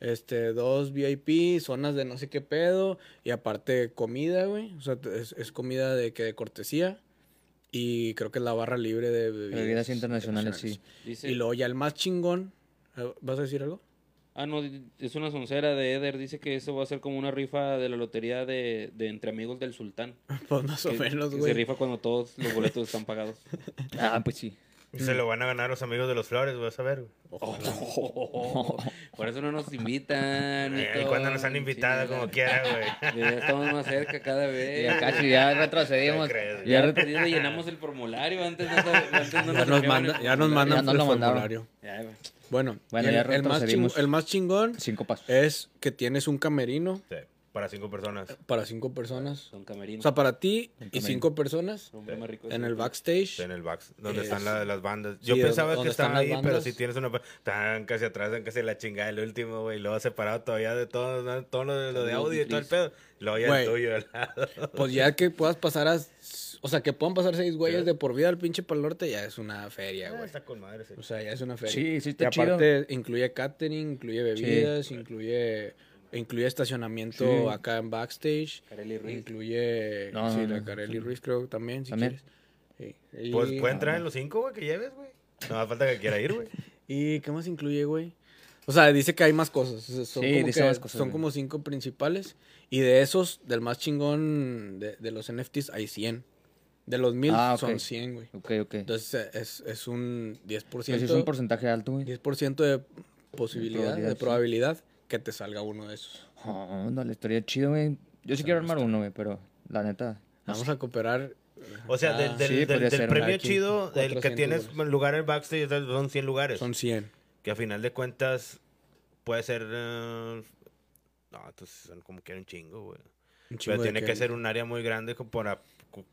[SPEAKER 1] Este, dos VIP, zonas de no sé qué pedo. Y aparte comida, güey. O sea, te- es, es comida de que de cortesía. Y creo que es la barra libre de bebidas,
[SPEAKER 2] Bebidas internacionales, sí.
[SPEAKER 4] Dice,
[SPEAKER 1] Y luego ya el más chingón. eh, ¿Vas a decir algo? *laughs*
[SPEAKER 4] Ah, no, di- es una soncera de Eder. Dice que eso va a ser como una rifa de la lotería de, de Entre Amigos del Sultán.
[SPEAKER 1] Pues más o
[SPEAKER 4] que-
[SPEAKER 1] menos,
[SPEAKER 4] que
[SPEAKER 1] güey.
[SPEAKER 4] Se rifa cuando todos los boletos están pagados.
[SPEAKER 3] *laughs*
[SPEAKER 2] Ah, pues sí.
[SPEAKER 3] Se lo van a ganar los amigos de los Flores, vas a ver. güey.
[SPEAKER 4] *laughs* Por eso no nos invitan.
[SPEAKER 3] Eh, Oh. cuando nos han invitado, como quiera,
[SPEAKER 4] *laughs*
[SPEAKER 3] güey.
[SPEAKER 4] Ya estamos más cerca cada vez.
[SPEAKER 1] Eh.
[SPEAKER 2] Ya casi, ya retrocedimos.
[SPEAKER 3] *laughs* ¿Qué crees,
[SPEAKER 2] Ya,
[SPEAKER 4] Ya
[SPEAKER 2] retro-
[SPEAKER 4] llenamos el formulario. Antes no, sab- antes no
[SPEAKER 1] Ya nos,
[SPEAKER 4] enviaban
[SPEAKER 1] manda-
[SPEAKER 4] el
[SPEAKER 1] ya nos
[SPEAKER 4] formulario.
[SPEAKER 1] mandan
[SPEAKER 2] Ya nos
[SPEAKER 1] el
[SPEAKER 2] lo mandaron.
[SPEAKER 1] formulario.
[SPEAKER 4] Ya, güey.
[SPEAKER 1] Bueno,
[SPEAKER 2] Bueno,
[SPEAKER 1] y el,
[SPEAKER 2] ya
[SPEAKER 1] el más
[SPEAKER 2] retrocedimos.
[SPEAKER 1] chingo- el más chingón
[SPEAKER 2] cinco pasos.
[SPEAKER 1] es que tienes un camerino
[SPEAKER 3] Sí, para cinco personas.
[SPEAKER 1] para cinco personas.
[SPEAKER 4] Don Camerino.
[SPEAKER 1] O sea, para ti
[SPEAKER 2] El
[SPEAKER 1] y
[SPEAKER 2] camerino.
[SPEAKER 1] cinco personas
[SPEAKER 4] hombre más rico de
[SPEAKER 1] en el
[SPEAKER 4] Sultán.
[SPEAKER 1] backstage.
[SPEAKER 3] En el box, donde
[SPEAKER 1] Es-
[SPEAKER 3] están la- las bandas. Yo
[SPEAKER 1] Eh, donde-
[SPEAKER 3] pensaba que
[SPEAKER 1] donde están
[SPEAKER 3] estaban
[SPEAKER 1] las
[SPEAKER 3] ahí, pero
[SPEAKER 1] bandas.
[SPEAKER 3] si tienes una. pa- Están casi atrás, están casi la chingada del último, güey. Luego separado todavía de todo, ¿no? todo lo, de- lo de
[SPEAKER 4] Saludos,
[SPEAKER 3] audio y todo el
[SPEAKER 4] Chris.
[SPEAKER 3] pedo. Luego ya el
[SPEAKER 1] Güey.
[SPEAKER 3] tuyo al lado.
[SPEAKER 1] Pues ya que puedas pasar a. O sea, que puedan pasar seis güeyes de por vida al pinche Pal Norte, ya es una feria, güey.
[SPEAKER 3] Ah,
[SPEAKER 1] Pues
[SPEAKER 3] Está con madre, sí.
[SPEAKER 1] O sea, ya es una feria.
[SPEAKER 2] Sí, sí está
[SPEAKER 1] y aparte, incluye catering, incluye bebidas, incluye incluye estacionamiento
[SPEAKER 2] Sí.
[SPEAKER 1] acá en backstage.
[SPEAKER 4] Carelli Ruiz.
[SPEAKER 1] Incluye.
[SPEAKER 2] No,
[SPEAKER 1] sí,
[SPEAKER 2] no,
[SPEAKER 1] la
[SPEAKER 2] no,
[SPEAKER 1] Carelli
[SPEAKER 2] sí.
[SPEAKER 1] Ruiz, creo también, si
[SPEAKER 2] También.
[SPEAKER 1] quieres. Sí. Y,
[SPEAKER 3] Pues puede entrar en los cinco, güey, que lleves, güey. No hace falta que quiera ir, güey.
[SPEAKER 1] ¿Y qué más incluye, güey? O sea, dice que hay más cosas. o sea, Son,
[SPEAKER 2] Sí,
[SPEAKER 1] como,
[SPEAKER 2] dice
[SPEAKER 1] que-
[SPEAKER 2] más cosas,
[SPEAKER 1] son
[SPEAKER 2] güey.
[SPEAKER 1] como cinco principales. Y de esos, del más chingón de, de los NFTs, hay 100. De los mil
[SPEAKER 2] Ah, ok.
[SPEAKER 1] son 100, güey.
[SPEAKER 2] Ok, ok.
[SPEAKER 1] Entonces eh, es, es un 10%,
[SPEAKER 2] Pues Sí, sí es un porcentaje alto, güey.
[SPEAKER 1] 10% de posibilidad,
[SPEAKER 2] probabilidad,
[SPEAKER 1] de
[SPEAKER 2] sí.
[SPEAKER 1] probabilidad que te salga uno de esos.
[SPEAKER 2] Oh, no, le estaría chido, güey. Yo sí quiero armar uno, güey, pero la neta.
[SPEAKER 1] Vamos a cooperar.
[SPEAKER 3] O
[SPEAKER 1] Ah,
[SPEAKER 3] sea, del, del,
[SPEAKER 2] sí,
[SPEAKER 3] del-
[SPEAKER 2] podría
[SPEAKER 3] del
[SPEAKER 2] ser,
[SPEAKER 3] premio
[SPEAKER 1] ¿verdad? Aquí,
[SPEAKER 3] chido, del que
[SPEAKER 1] 400
[SPEAKER 3] tienes
[SPEAKER 1] dólares.
[SPEAKER 3] lugar en backstage, son 100 lugares.
[SPEAKER 1] Son 100.
[SPEAKER 3] Que a final de cuentas puede ser... eh, no, entonces son como que un chingo, güey.
[SPEAKER 1] Un chingo
[SPEAKER 3] Pero
[SPEAKER 1] de
[SPEAKER 3] tiene que
[SPEAKER 1] que-
[SPEAKER 3] ser un área muy grande co- para,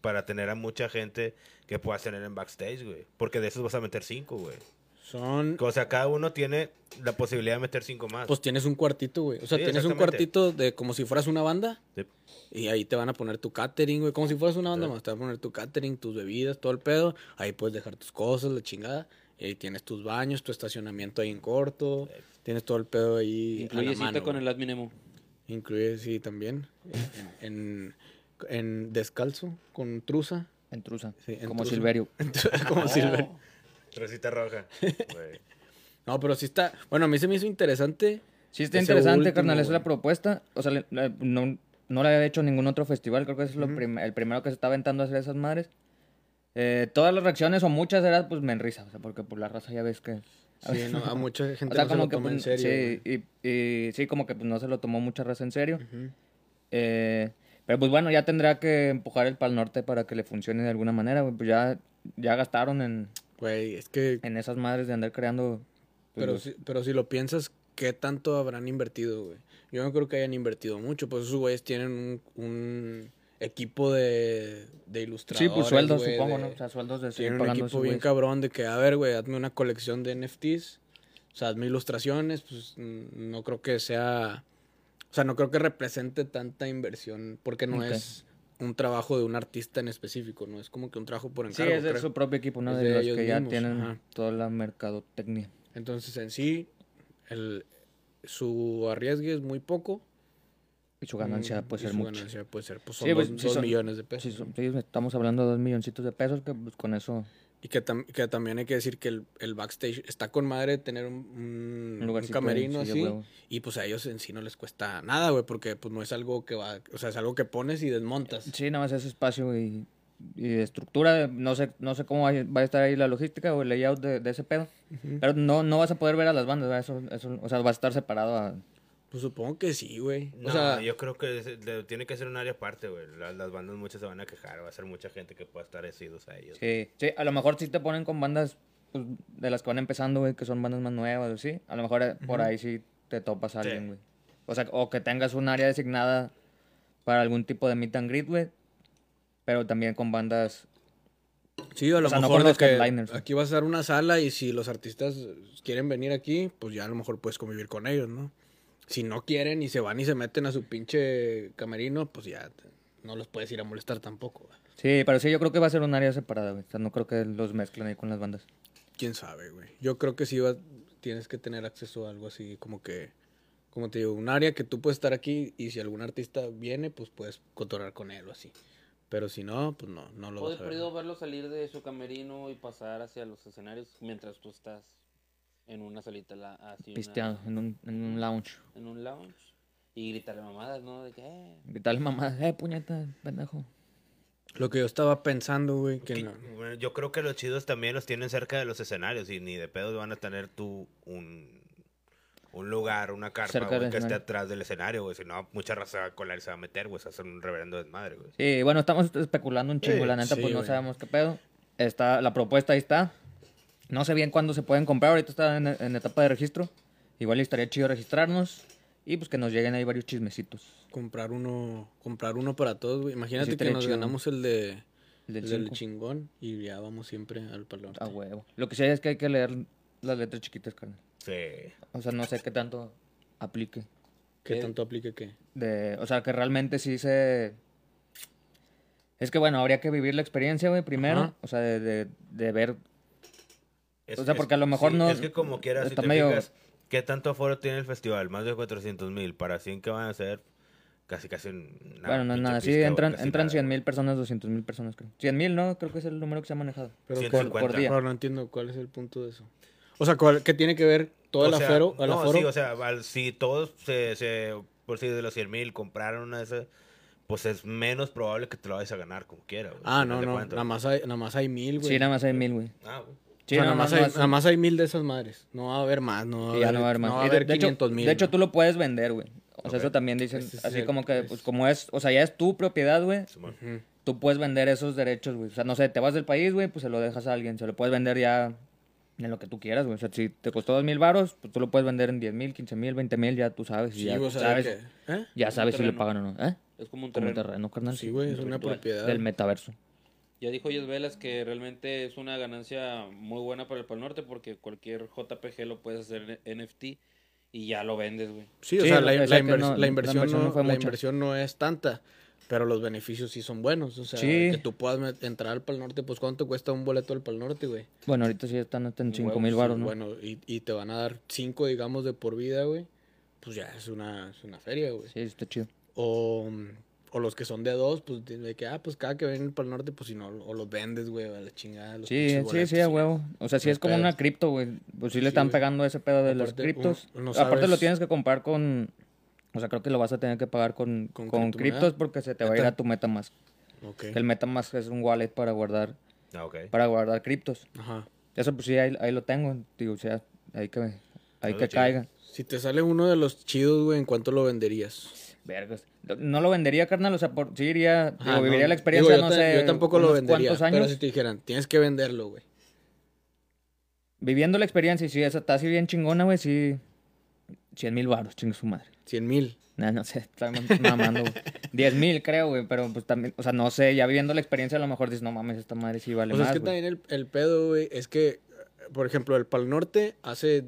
[SPEAKER 3] para tener a mucha gente que puedas tener en backstage, güey. Porque de esos vas a meter cinco, güey.
[SPEAKER 1] Son.
[SPEAKER 3] O sea, cada uno tiene la posibilidad de meter cinco más.
[SPEAKER 1] Pues tienes un cuartito, güey. O sea,
[SPEAKER 3] Ah. Sí,
[SPEAKER 1] tienes un
[SPEAKER 3] exactamente.
[SPEAKER 1] cuartito de como si fueras una banda.
[SPEAKER 3] Sí.
[SPEAKER 1] Y ahí te van a poner tu catering, güey. Como si fueras una banda
[SPEAKER 3] Sí.
[SPEAKER 1] más. Te van a poner tu catering, tus bebidas, todo el pedo. Ahí puedes dejar tus cosas, la chingada. Y ahí tienes tus baños, tu estacionamiento ahí en corto. Tienes todo el pedo ahí.
[SPEAKER 4] Incluye cita con el admin emo.
[SPEAKER 1] el. Incluye, sí,
[SPEAKER 3] *laughs*
[SPEAKER 1] también. En, en descalzo, con trusa.
[SPEAKER 2] Entrusa.
[SPEAKER 1] Sí, en
[SPEAKER 2] como
[SPEAKER 1] trusa. *laughs*
[SPEAKER 2] Silverio.
[SPEAKER 1] como
[SPEAKER 3] Oh.
[SPEAKER 1] Silver.
[SPEAKER 3] Rosita
[SPEAKER 1] *laughs*
[SPEAKER 3] roja. güey.
[SPEAKER 1] No, pero sí está. Bueno, a mí se me hizo interesante.
[SPEAKER 2] Sí, está
[SPEAKER 1] Ese
[SPEAKER 2] interesante,
[SPEAKER 1] último,
[SPEAKER 2] carnal. Esa es
[SPEAKER 1] güey.
[SPEAKER 2] la propuesta. O sea, le- la- no, no la había hecho en ningún otro festival. Creo que es lo prim- el primero que se está aventando a hacer esas madres. Eh, todas las reacciones o muchas eran, pues, me enrisa. O sea, porque por la raza ya ves que...
[SPEAKER 1] Sí, no, a mucha gente
[SPEAKER 2] O sea,
[SPEAKER 1] no se
[SPEAKER 2] como
[SPEAKER 1] lo
[SPEAKER 2] que,
[SPEAKER 1] toma en
[SPEAKER 2] pues,
[SPEAKER 1] serio. güey.
[SPEAKER 2] Sí, y, y sí, como que pues, no se lo tomó mucha raza en serio.
[SPEAKER 1] Ujú.
[SPEAKER 2] Eh, pero pues bueno, ya tendrá que empujar el Pal Norte para que le funcione de alguna manera. güey. Pues ya, ya gastaron en,
[SPEAKER 1] Güey, es que
[SPEAKER 2] en esas madres de andar creando. pues,
[SPEAKER 1] Pero
[SPEAKER 2] Eh, los-
[SPEAKER 1] si, pero si lo piensas, ¿qué tanto habrán invertido, güey? Yo no creo que hayan invertido mucho, pues esos güeyes tienen un, un equipo de, de
[SPEAKER 2] sí,
[SPEAKER 1] ilustradores.
[SPEAKER 2] pues sueldos,
[SPEAKER 1] güey,
[SPEAKER 2] supongo,
[SPEAKER 1] de-
[SPEAKER 2] ¿no? O sea, sueldos de seguir
[SPEAKER 1] tienen un
[SPEAKER 2] pagando
[SPEAKER 1] equipo
[SPEAKER 2] esos
[SPEAKER 1] bien
[SPEAKER 2] güeyes.
[SPEAKER 1] cabrón de que, a ver, güey, hazme una colección de NFTs, o sea, hazme ilustraciones, pues n- no creo que sea, o sea, no creo que represente tanta inversión, porque no
[SPEAKER 2] Ok.
[SPEAKER 1] es un trabajo de un artista en específico, no es como que un trabajo por
[SPEAKER 2] Sí,
[SPEAKER 1] encargo.
[SPEAKER 2] es de
[SPEAKER 1] creo.
[SPEAKER 2] su propio equipo, ¿no?
[SPEAKER 1] Es
[SPEAKER 2] De,
[SPEAKER 1] de
[SPEAKER 2] los
[SPEAKER 1] ellos
[SPEAKER 2] que ya
[SPEAKER 1] mismos,
[SPEAKER 2] tienen
[SPEAKER 1] ajá.
[SPEAKER 2] toda la mercadotecnia.
[SPEAKER 1] Entonces, en sí, el, su arriesgue es muy poco.
[SPEAKER 2] Y su ganancia,
[SPEAKER 1] Mm,
[SPEAKER 2] pues,
[SPEAKER 1] y
[SPEAKER 2] es
[SPEAKER 1] su
[SPEAKER 2] mucho.
[SPEAKER 1] ganancia puede ser, pues,
[SPEAKER 2] Sí,
[SPEAKER 1] son
[SPEAKER 2] pues,
[SPEAKER 1] dos,
[SPEAKER 2] sí
[SPEAKER 1] dos
[SPEAKER 2] son-
[SPEAKER 1] millones de
[SPEAKER 2] Sí,
[SPEAKER 1] pesos.
[SPEAKER 2] son- sí, estamos hablando de dos milloncitos de pesos, que pues, con eso
[SPEAKER 1] Y que, tam- que también hay que decir que el, el backstage está con madre tener un, un-
[SPEAKER 2] un
[SPEAKER 1] un
[SPEAKER 2] lugarcito. ahí,
[SPEAKER 1] camerino
[SPEAKER 2] sí, de
[SPEAKER 1] así.
[SPEAKER 2] huevo.
[SPEAKER 1] Y pues a ellos en sí no les cuesta nada, güey, porque pues no es algo que va, o sea, es algo que pones y desmontas.
[SPEAKER 2] Sí, nada más ese espacio y, y de estructura. No sé, no sé cómo vaya- va a estar ahí la logística o el layout de, de ese pedo. Pero no, no vas a poder ver a las bandas, ¿verdad? Eso, eso- o sea, va a estar separado a...
[SPEAKER 1] Pues supongo que sí, güey.
[SPEAKER 3] No,
[SPEAKER 1] o sea,
[SPEAKER 3] yo creo que es- de- tiene que ser un área aparte, güey. Las, las bandas muchas se van a quejar. Va a ser mucha gente que pueda estar asidos a ellos.
[SPEAKER 2] Sí, sí, a lo mejor sí te ponen con bandas pues, de las que van empezando, güey, que son bandas más nuevas, o sí. A lo mejor eh, por ahí sí te topas a
[SPEAKER 3] Sí.
[SPEAKER 2] alguien, güey. O sea, o que tengas un área designada para algún tipo de meet and greet, güey. Pero también con bandas...
[SPEAKER 1] sí, a lo
[SPEAKER 2] o sea, no
[SPEAKER 1] mejor
[SPEAKER 2] con
[SPEAKER 1] de
[SPEAKER 2] los headliners.
[SPEAKER 1] que aquí vas a dar una sala y si los artistas quieren venir aquí, pues ya a lo mejor puedes convivir con ellos, ¿no? Si no quieren y se van y se meten a su pinche camerino, pues ya te- no los puedes ir a molestar tampoco, güey.
[SPEAKER 2] Sí, pero sí, yo creo que va a ser un área separada, güey. O sea, no creo que los mezclen ahí con las bandas.
[SPEAKER 1] Quién sabe, güey. Yo creo que sí va- tienes que tener acceso a algo así, como que, como te digo, un área que tú puedes estar aquí y si algún artista viene, pues puedes cotorrar con él o así. Pero si no, pues no, no lo
[SPEAKER 4] O de
[SPEAKER 1] vas a ver.
[SPEAKER 4] perdido verlo salir de su camerino y pasar hacia los escenarios mientras tú estás en una salita la- así. una-
[SPEAKER 2] Pisteado en un, en un lounge.
[SPEAKER 4] en un lounge y gritarle mamadas, ¿no? De que, eh,
[SPEAKER 2] Gritarle mamá, eh, puñeta, pendejo.
[SPEAKER 1] Lo que yo estaba pensando, güey, que
[SPEAKER 3] Que-
[SPEAKER 1] no.
[SPEAKER 3] bueno, yo creo que los chidos también los tienen cerca de los escenarios y ni de pedo van a tener tú un, un lugar, una carpa,
[SPEAKER 2] Cerca
[SPEAKER 3] güey,
[SPEAKER 2] del
[SPEAKER 3] que esté
[SPEAKER 2] escenario.
[SPEAKER 3] atrás del escenario, güey. Si no, mucha raza colar se va a meter, güey. Se hacen un reverendo desmadre, güey.
[SPEAKER 2] Sí, bueno, estamos especulando un chingo,
[SPEAKER 1] Sí,
[SPEAKER 2] la neta,
[SPEAKER 1] sí,
[SPEAKER 2] pues no
[SPEAKER 1] güey.
[SPEAKER 2] sabemos qué pedo. Está, la propuesta ahí está. No sé bien cuándo se pueden comprar, ahorita está en, en etapa de registro. Igual estaría chido registrarnos y pues que nos lleguen ahí varios chismecitos.
[SPEAKER 1] Comprar uno, comprar uno para todos, güey. Imagínate que
[SPEAKER 2] estaría
[SPEAKER 1] nos
[SPEAKER 2] chido.
[SPEAKER 1] ganamos el de
[SPEAKER 2] El del
[SPEAKER 1] el del
[SPEAKER 2] cinco. Ah,
[SPEAKER 1] chingón y ya vamos siempre al palo.
[SPEAKER 2] A huevo. Lo que sí es que hay que leer las letras chiquitas, carnal.
[SPEAKER 3] Sí.
[SPEAKER 2] O sea, no sé qué tanto aplique.
[SPEAKER 1] ¿Qué tanto aplique qué?
[SPEAKER 2] De, o sea, que realmente sí se... Es que bueno, habría que vivir la experiencia, güey, primero.
[SPEAKER 1] Ajá.
[SPEAKER 2] O sea, de, de- de ver...
[SPEAKER 3] Es-
[SPEAKER 2] O sea,
[SPEAKER 3] es-
[SPEAKER 2] porque a lo mejor
[SPEAKER 3] sí,
[SPEAKER 2] no-
[SPEAKER 3] Es que como quieras, si
[SPEAKER 2] está
[SPEAKER 3] te
[SPEAKER 2] medio-
[SPEAKER 3] fijas, ¿qué tanto aforo tiene el festival? Más de 400 mil. Para 100 que van a ser casi, casi una
[SPEAKER 2] bueno, no es
[SPEAKER 3] pinche
[SPEAKER 2] nada. Sí,
[SPEAKER 3] pista, güey,
[SPEAKER 2] entran,
[SPEAKER 3] casi
[SPEAKER 2] entran
[SPEAKER 3] nada,
[SPEAKER 2] 100
[SPEAKER 3] güey.
[SPEAKER 2] mil personas, 200 mil personas, creo. 100 mil, ¿no? Creo que es el número que se ha manejado.
[SPEAKER 1] Pero
[SPEAKER 3] Cien-
[SPEAKER 1] ¿cuál-
[SPEAKER 2] Por, por
[SPEAKER 3] 150.
[SPEAKER 2] día.
[SPEAKER 1] Ahora no entiendo cuál es el punto de eso. O sea, ¿cuál, ¿qué tiene que ver todo el
[SPEAKER 3] O sea,
[SPEAKER 1] aforo? al
[SPEAKER 3] no,
[SPEAKER 1] aforo?
[SPEAKER 3] sí, o sea, al- si todos, se, se- por si de los 100 mil compraron una de esas, pues es menos probable que te lo vayas a ganar como quiera. güey,
[SPEAKER 1] ah,
[SPEAKER 3] al
[SPEAKER 1] no,
[SPEAKER 3] final de
[SPEAKER 1] no.
[SPEAKER 3] cuentas.
[SPEAKER 1] Nada más hay, nada más hay mil, güey.
[SPEAKER 2] Sí, nada más hay mil, güey.
[SPEAKER 3] Ah, güey.
[SPEAKER 2] Sí,
[SPEAKER 1] O sea, nada, más hay,
[SPEAKER 2] no hace-
[SPEAKER 1] nada más hay mil de esas madres. No va a haber más, no va a
[SPEAKER 2] Sí,
[SPEAKER 1] haber,
[SPEAKER 2] ya no va a haber más.
[SPEAKER 1] no va a
[SPEAKER 2] Y de-
[SPEAKER 1] haber
[SPEAKER 2] de,
[SPEAKER 1] 500
[SPEAKER 2] hecho,
[SPEAKER 1] mil.
[SPEAKER 2] de hecho, tú lo puedes vender, güey. O sea,
[SPEAKER 3] Ok.
[SPEAKER 2] eso también dicen,
[SPEAKER 1] Ese es
[SPEAKER 2] así
[SPEAKER 1] el-
[SPEAKER 2] como que,
[SPEAKER 1] es-
[SPEAKER 2] pues como es, o sea, ya es tu propiedad, güey,
[SPEAKER 3] Simón.
[SPEAKER 2] tú puedes vender esos derechos, güey. O sea, no sé, te vas del país, güey, pues se lo dejas a alguien, se lo puedes vender ya en lo que tú quieras, güey. O sea, si te costó dos mil baros, pues tú lo puedes vender en diez mil, quince mil, veinte mil, ya tú sabes. y
[SPEAKER 1] Sí,
[SPEAKER 2] ya
[SPEAKER 1] o sea,
[SPEAKER 2] sabes,
[SPEAKER 1] de que- ¿eh?
[SPEAKER 2] ya sabes si le
[SPEAKER 4] terreno.
[SPEAKER 2] pagan o no, ¿eh?
[SPEAKER 4] es como un
[SPEAKER 2] Como
[SPEAKER 4] terreno.
[SPEAKER 2] el terreno, carnal.
[SPEAKER 1] Sí, güey, es una
[SPEAKER 4] virtual.
[SPEAKER 1] propiedad.
[SPEAKER 2] Del metaverso.
[SPEAKER 4] Ya dijo Jess Velas que realmente es una ganancia muy buena para el Pal Norte porque cualquier JPG lo puedes hacer en NFT y ya lo vendes, güey.
[SPEAKER 1] Sí, o
[SPEAKER 2] Sí,
[SPEAKER 1] sea, la, la
[SPEAKER 2] exacto,
[SPEAKER 1] invers-
[SPEAKER 2] no,
[SPEAKER 1] la inversión, no,
[SPEAKER 2] fue
[SPEAKER 1] la
[SPEAKER 2] mucha.
[SPEAKER 1] inversión no es tanta, pero los beneficios sí son buenos. O sea,
[SPEAKER 2] Sí.
[SPEAKER 1] que tú puedas met- entrar al Pal Norte, pues ¿cuánto cuesta un boleto al Pal Norte, güey?
[SPEAKER 2] Bueno, ahorita sí están hasta en cinco
[SPEAKER 4] Huevos,
[SPEAKER 2] mil
[SPEAKER 4] sí,
[SPEAKER 2] baros, ¿no?
[SPEAKER 1] Bueno, y, y te van a dar cinco, digamos, de por vida, güey. Pues ya es una, es una feria, güey.
[SPEAKER 2] Sí, está chido.
[SPEAKER 1] O, mm, o los que son de dos, pues de de que, ah, pues cada que ven para el norte, pues si no, o los vendes, güey, a la chingada. Los
[SPEAKER 2] Sí,
[SPEAKER 1] pinches
[SPEAKER 2] sí,
[SPEAKER 1] boletos,
[SPEAKER 2] sí, a huevo. O sea, sí
[SPEAKER 1] Los
[SPEAKER 2] es como
[SPEAKER 1] pedos.
[SPEAKER 2] una cripto, güey. Pues sí le
[SPEAKER 1] Sí,
[SPEAKER 2] están
[SPEAKER 1] güey.
[SPEAKER 2] pegando ese pedo de las
[SPEAKER 1] Aparte,
[SPEAKER 2] criptos.
[SPEAKER 1] un- no
[SPEAKER 2] Aparte lo
[SPEAKER 1] sabes-
[SPEAKER 2] tienes que comprar con... O sea, creo que lo vas a tener que pagar con,
[SPEAKER 1] Con
[SPEAKER 2] con,
[SPEAKER 1] criptomoneda.
[SPEAKER 2] criptos porque se te va a ir
[SPEAKER 1] ¿Neta?
[SPEAKER 2] a tu MetaMask.
[SPEAKER 1] Ok.
[SPEAKER 2] Que el MetaMask es un wallet para guardar
[SPEAKER 3] Ah, ok.
[SPEAKER 2] para guardar criptos.
[SPEAKER 1] Ajá.
[SPEAKER 2] Eso pues sí, ahí, ahí lo tengo. Digo, o sea, ahí que, ahí
[SPEAKER 3] Algo
[SPEAKER 2] que
[SPEAKER 3] chido.
[SPEAKER 2] caiga.
[SPEAKER 1] Si te sale uno de los chidos, güey, ¿en cuánto lo venderías?
[SPEAKER 2] Vergas. No- No lo vendería, carnal. O sea, por, sí iría...
[SPEAKER 1] Ajá,
[SPEAKER 2] digo, viviría
[SPEAKER 1] no,
[SPEAKER 2] la experiencia,
[SPEAKER 1] digo,
[SPEAKER 2] no
[SPEAKER 1] yo ta-
[SPEAKER 2] sé...
[SPEAKER 1] Yo tampoco lo
[SPEAKER 2] unos
[SPEAKER 1] vendería.
[SPEAKER 2] cuantos años.
[SPEAKER 1] Pero si te dijeran, tienes que venderlo, güey.
[SPEAKER 2] Viviendo la experiencia y sí, esa está así bien chingona, güey. Sí, 100 mil baros, chingue su madre.
[SPEAKER 1] Cien mil.
[SPEAKER 2] No, no sé, está mam-
[SPEAKER 1] *laughs*
[SPEAKER 2] mamando. güey. 10 mil, creo, güey, pero pues también, o sea, no sé, ya viviendo la experiencia, a lo mejor dices, no mames, esta madre sí vale
[SPEAKER 1] O sea, es
[SPEAKER 2] más.
[SPEAKER 1] que
[SPEAKER 2] güey".
[SPEAKER 1] también el, el pedo, güey, es que, eh, por ejemplo, el Pal Norte hace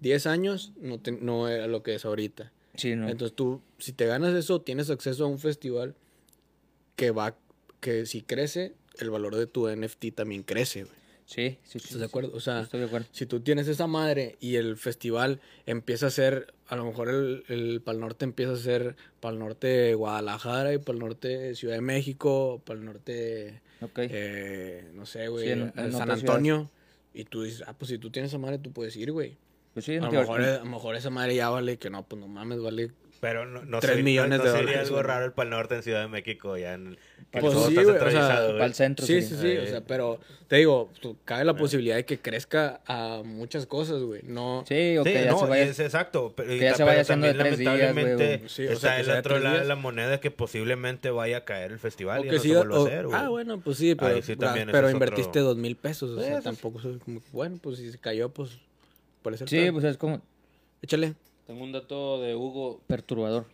[SPEAKER 1] 10 años no, te- no era lo que es ahorita.
[SPEAKER 2] Sí, no.
[SPEAKER 1] Entonces tú, si te ganas eso, tienes acceso a un festival que va, que si crece, el valor de tu NFT también crece, güey.
[SPEAKER 2] sí, sí, sí.
[SPEAKER 1] ¿Estás de
[SPEAKER 2] sí,
[SPEAKER 1] acuerdo? O sea,
[SPEAKER 2] estoy de acuerdo.
[SPEAKER 1] si tú tienes esa madre y el festival empieza a ser, a lo mejor el, el Pal Norte empieza a ser Pal Norte Guadalajara y Pal Norte Ciudad de México, Pal Norte,
[SPEAKER 2] Ok.
[SPEAKER 1] eh, no sé, güey,
[SPEAKER 2] Sí, en- en
[SPEAKER 1] eh,
[SPEAKER 2] otras
[SPEAKER 1] San Antonio. Y tú dices, ah, pues si tú tienes esa madre, tú puedes ir, güey.
[SPEAKER 2] Pues sí,
[SPEAKER 1] A
[SPEAKER 2] en
[SPEAKER 1] lo,
[SPEAKER 2] teor-
[SPEAKER 1] mejor, a lo mejor esa madre ya vale, que no, pues no mames, vale
[SPEAKER 3] Pero no, no,
[SPEAKER 1] Tres
[SPEAKER 3] sería-
[SPEAKER 1] millones
[SPEAKER 3] no
[SPEAKER 1] de
[SPEAKER 3] sería
[SPEAKER 1] dólares,
[SPEAKER 3] algo
[SPEAKER 1] güey.
[SPEAKER 3] raro el Pal Norte en Ciudad de México, ya en, que
[SPEAKER 1] Pues
[SPEAKER 3] todo
[SPEAKER 1] sí,
[SPEAKER 3] está
[SPEAKER 1] güey, o sea,
[SPEAKER 3] centralizado, güey.
[SPEAKER 2] para el centro.
[SPEAKER 1] Sí,
[SPEAKER 2] sería. Eh.
[SPEAKER 1] sí, sí, o
[SPEAKER 3] Eh.
[SPEAKER 1] sea, pero te digo, tú- cabe la posibilidad de que crezca a muchas cosas, güey. No,
[SPEAKER 2] Sí, ok,
[SPEAKER 3] Sí,
[SPEAKER 2] ya
[SPEAKER 3] no,
[SPEAKER 2] se vaya.
[SPEAKER 3] es exacto. Pero, y
[SPEAKER 2] que ya
[SPEAKER 3] ta-
[SPEAKER 2] se vaya
[SPEAKER 3] pero
[SPEAKER 2] haciendo de
[SPEAKER 3] también,
[SPEAKER 2] tres días, güey,
[SPEAKER 3] lamentablemente,
[SPEAKER 1] o- Sí, o
[SPEAKER 3] está
[SPEAKER 1] sea, que
[SPEAKER 3] el
[SPEAKER 1] sea de
[SPEAKER 3] otro
[SPEAKER 1] tres
[SPEAKER 3] lado de
[SPEAKER 1] días.
[SPEAKER 3] la moneda que posiblemente vaya a caer el
[SPEAKER 1] o
[SPEAKER 3] festival. y
[SPEAKER 1] que
[SPEAKER 3] no
[SPEAKER 1] sí,
[SPEAKER 3] se vuelva
[SPEAKER 1] o-
[SPEAKER 3] a hacer, güey.
[SPEAKER 1] ah, bueno, pues sí, pero,
[SPEAKER 3] Ahí sí también
[SPEAKER 1] ah,
[SPEAKER 3] ese
[SPEAKER 1] pero
[SPEAKER 3] es
[SPEAKER 1] invertiste
[SPEAKER 3] otro-
[SPEAKER 1] dos mil pesos, o
[SPEAKER 3] Sí,
[SPEAKER 1] sea,
[SPEAKER 2] Pues,
[SPEAKER 3] eso sí.
[SPEAKER 1] tampoco es como, bueno, pues si se cayó, pues, por eso.
[SPEAKER 2] Sí, pues es como
[SPEAKER 1] Échale.
[SPEAKER 4] Tengo un dato de Hugo
[SPEAKER 2] perturbador.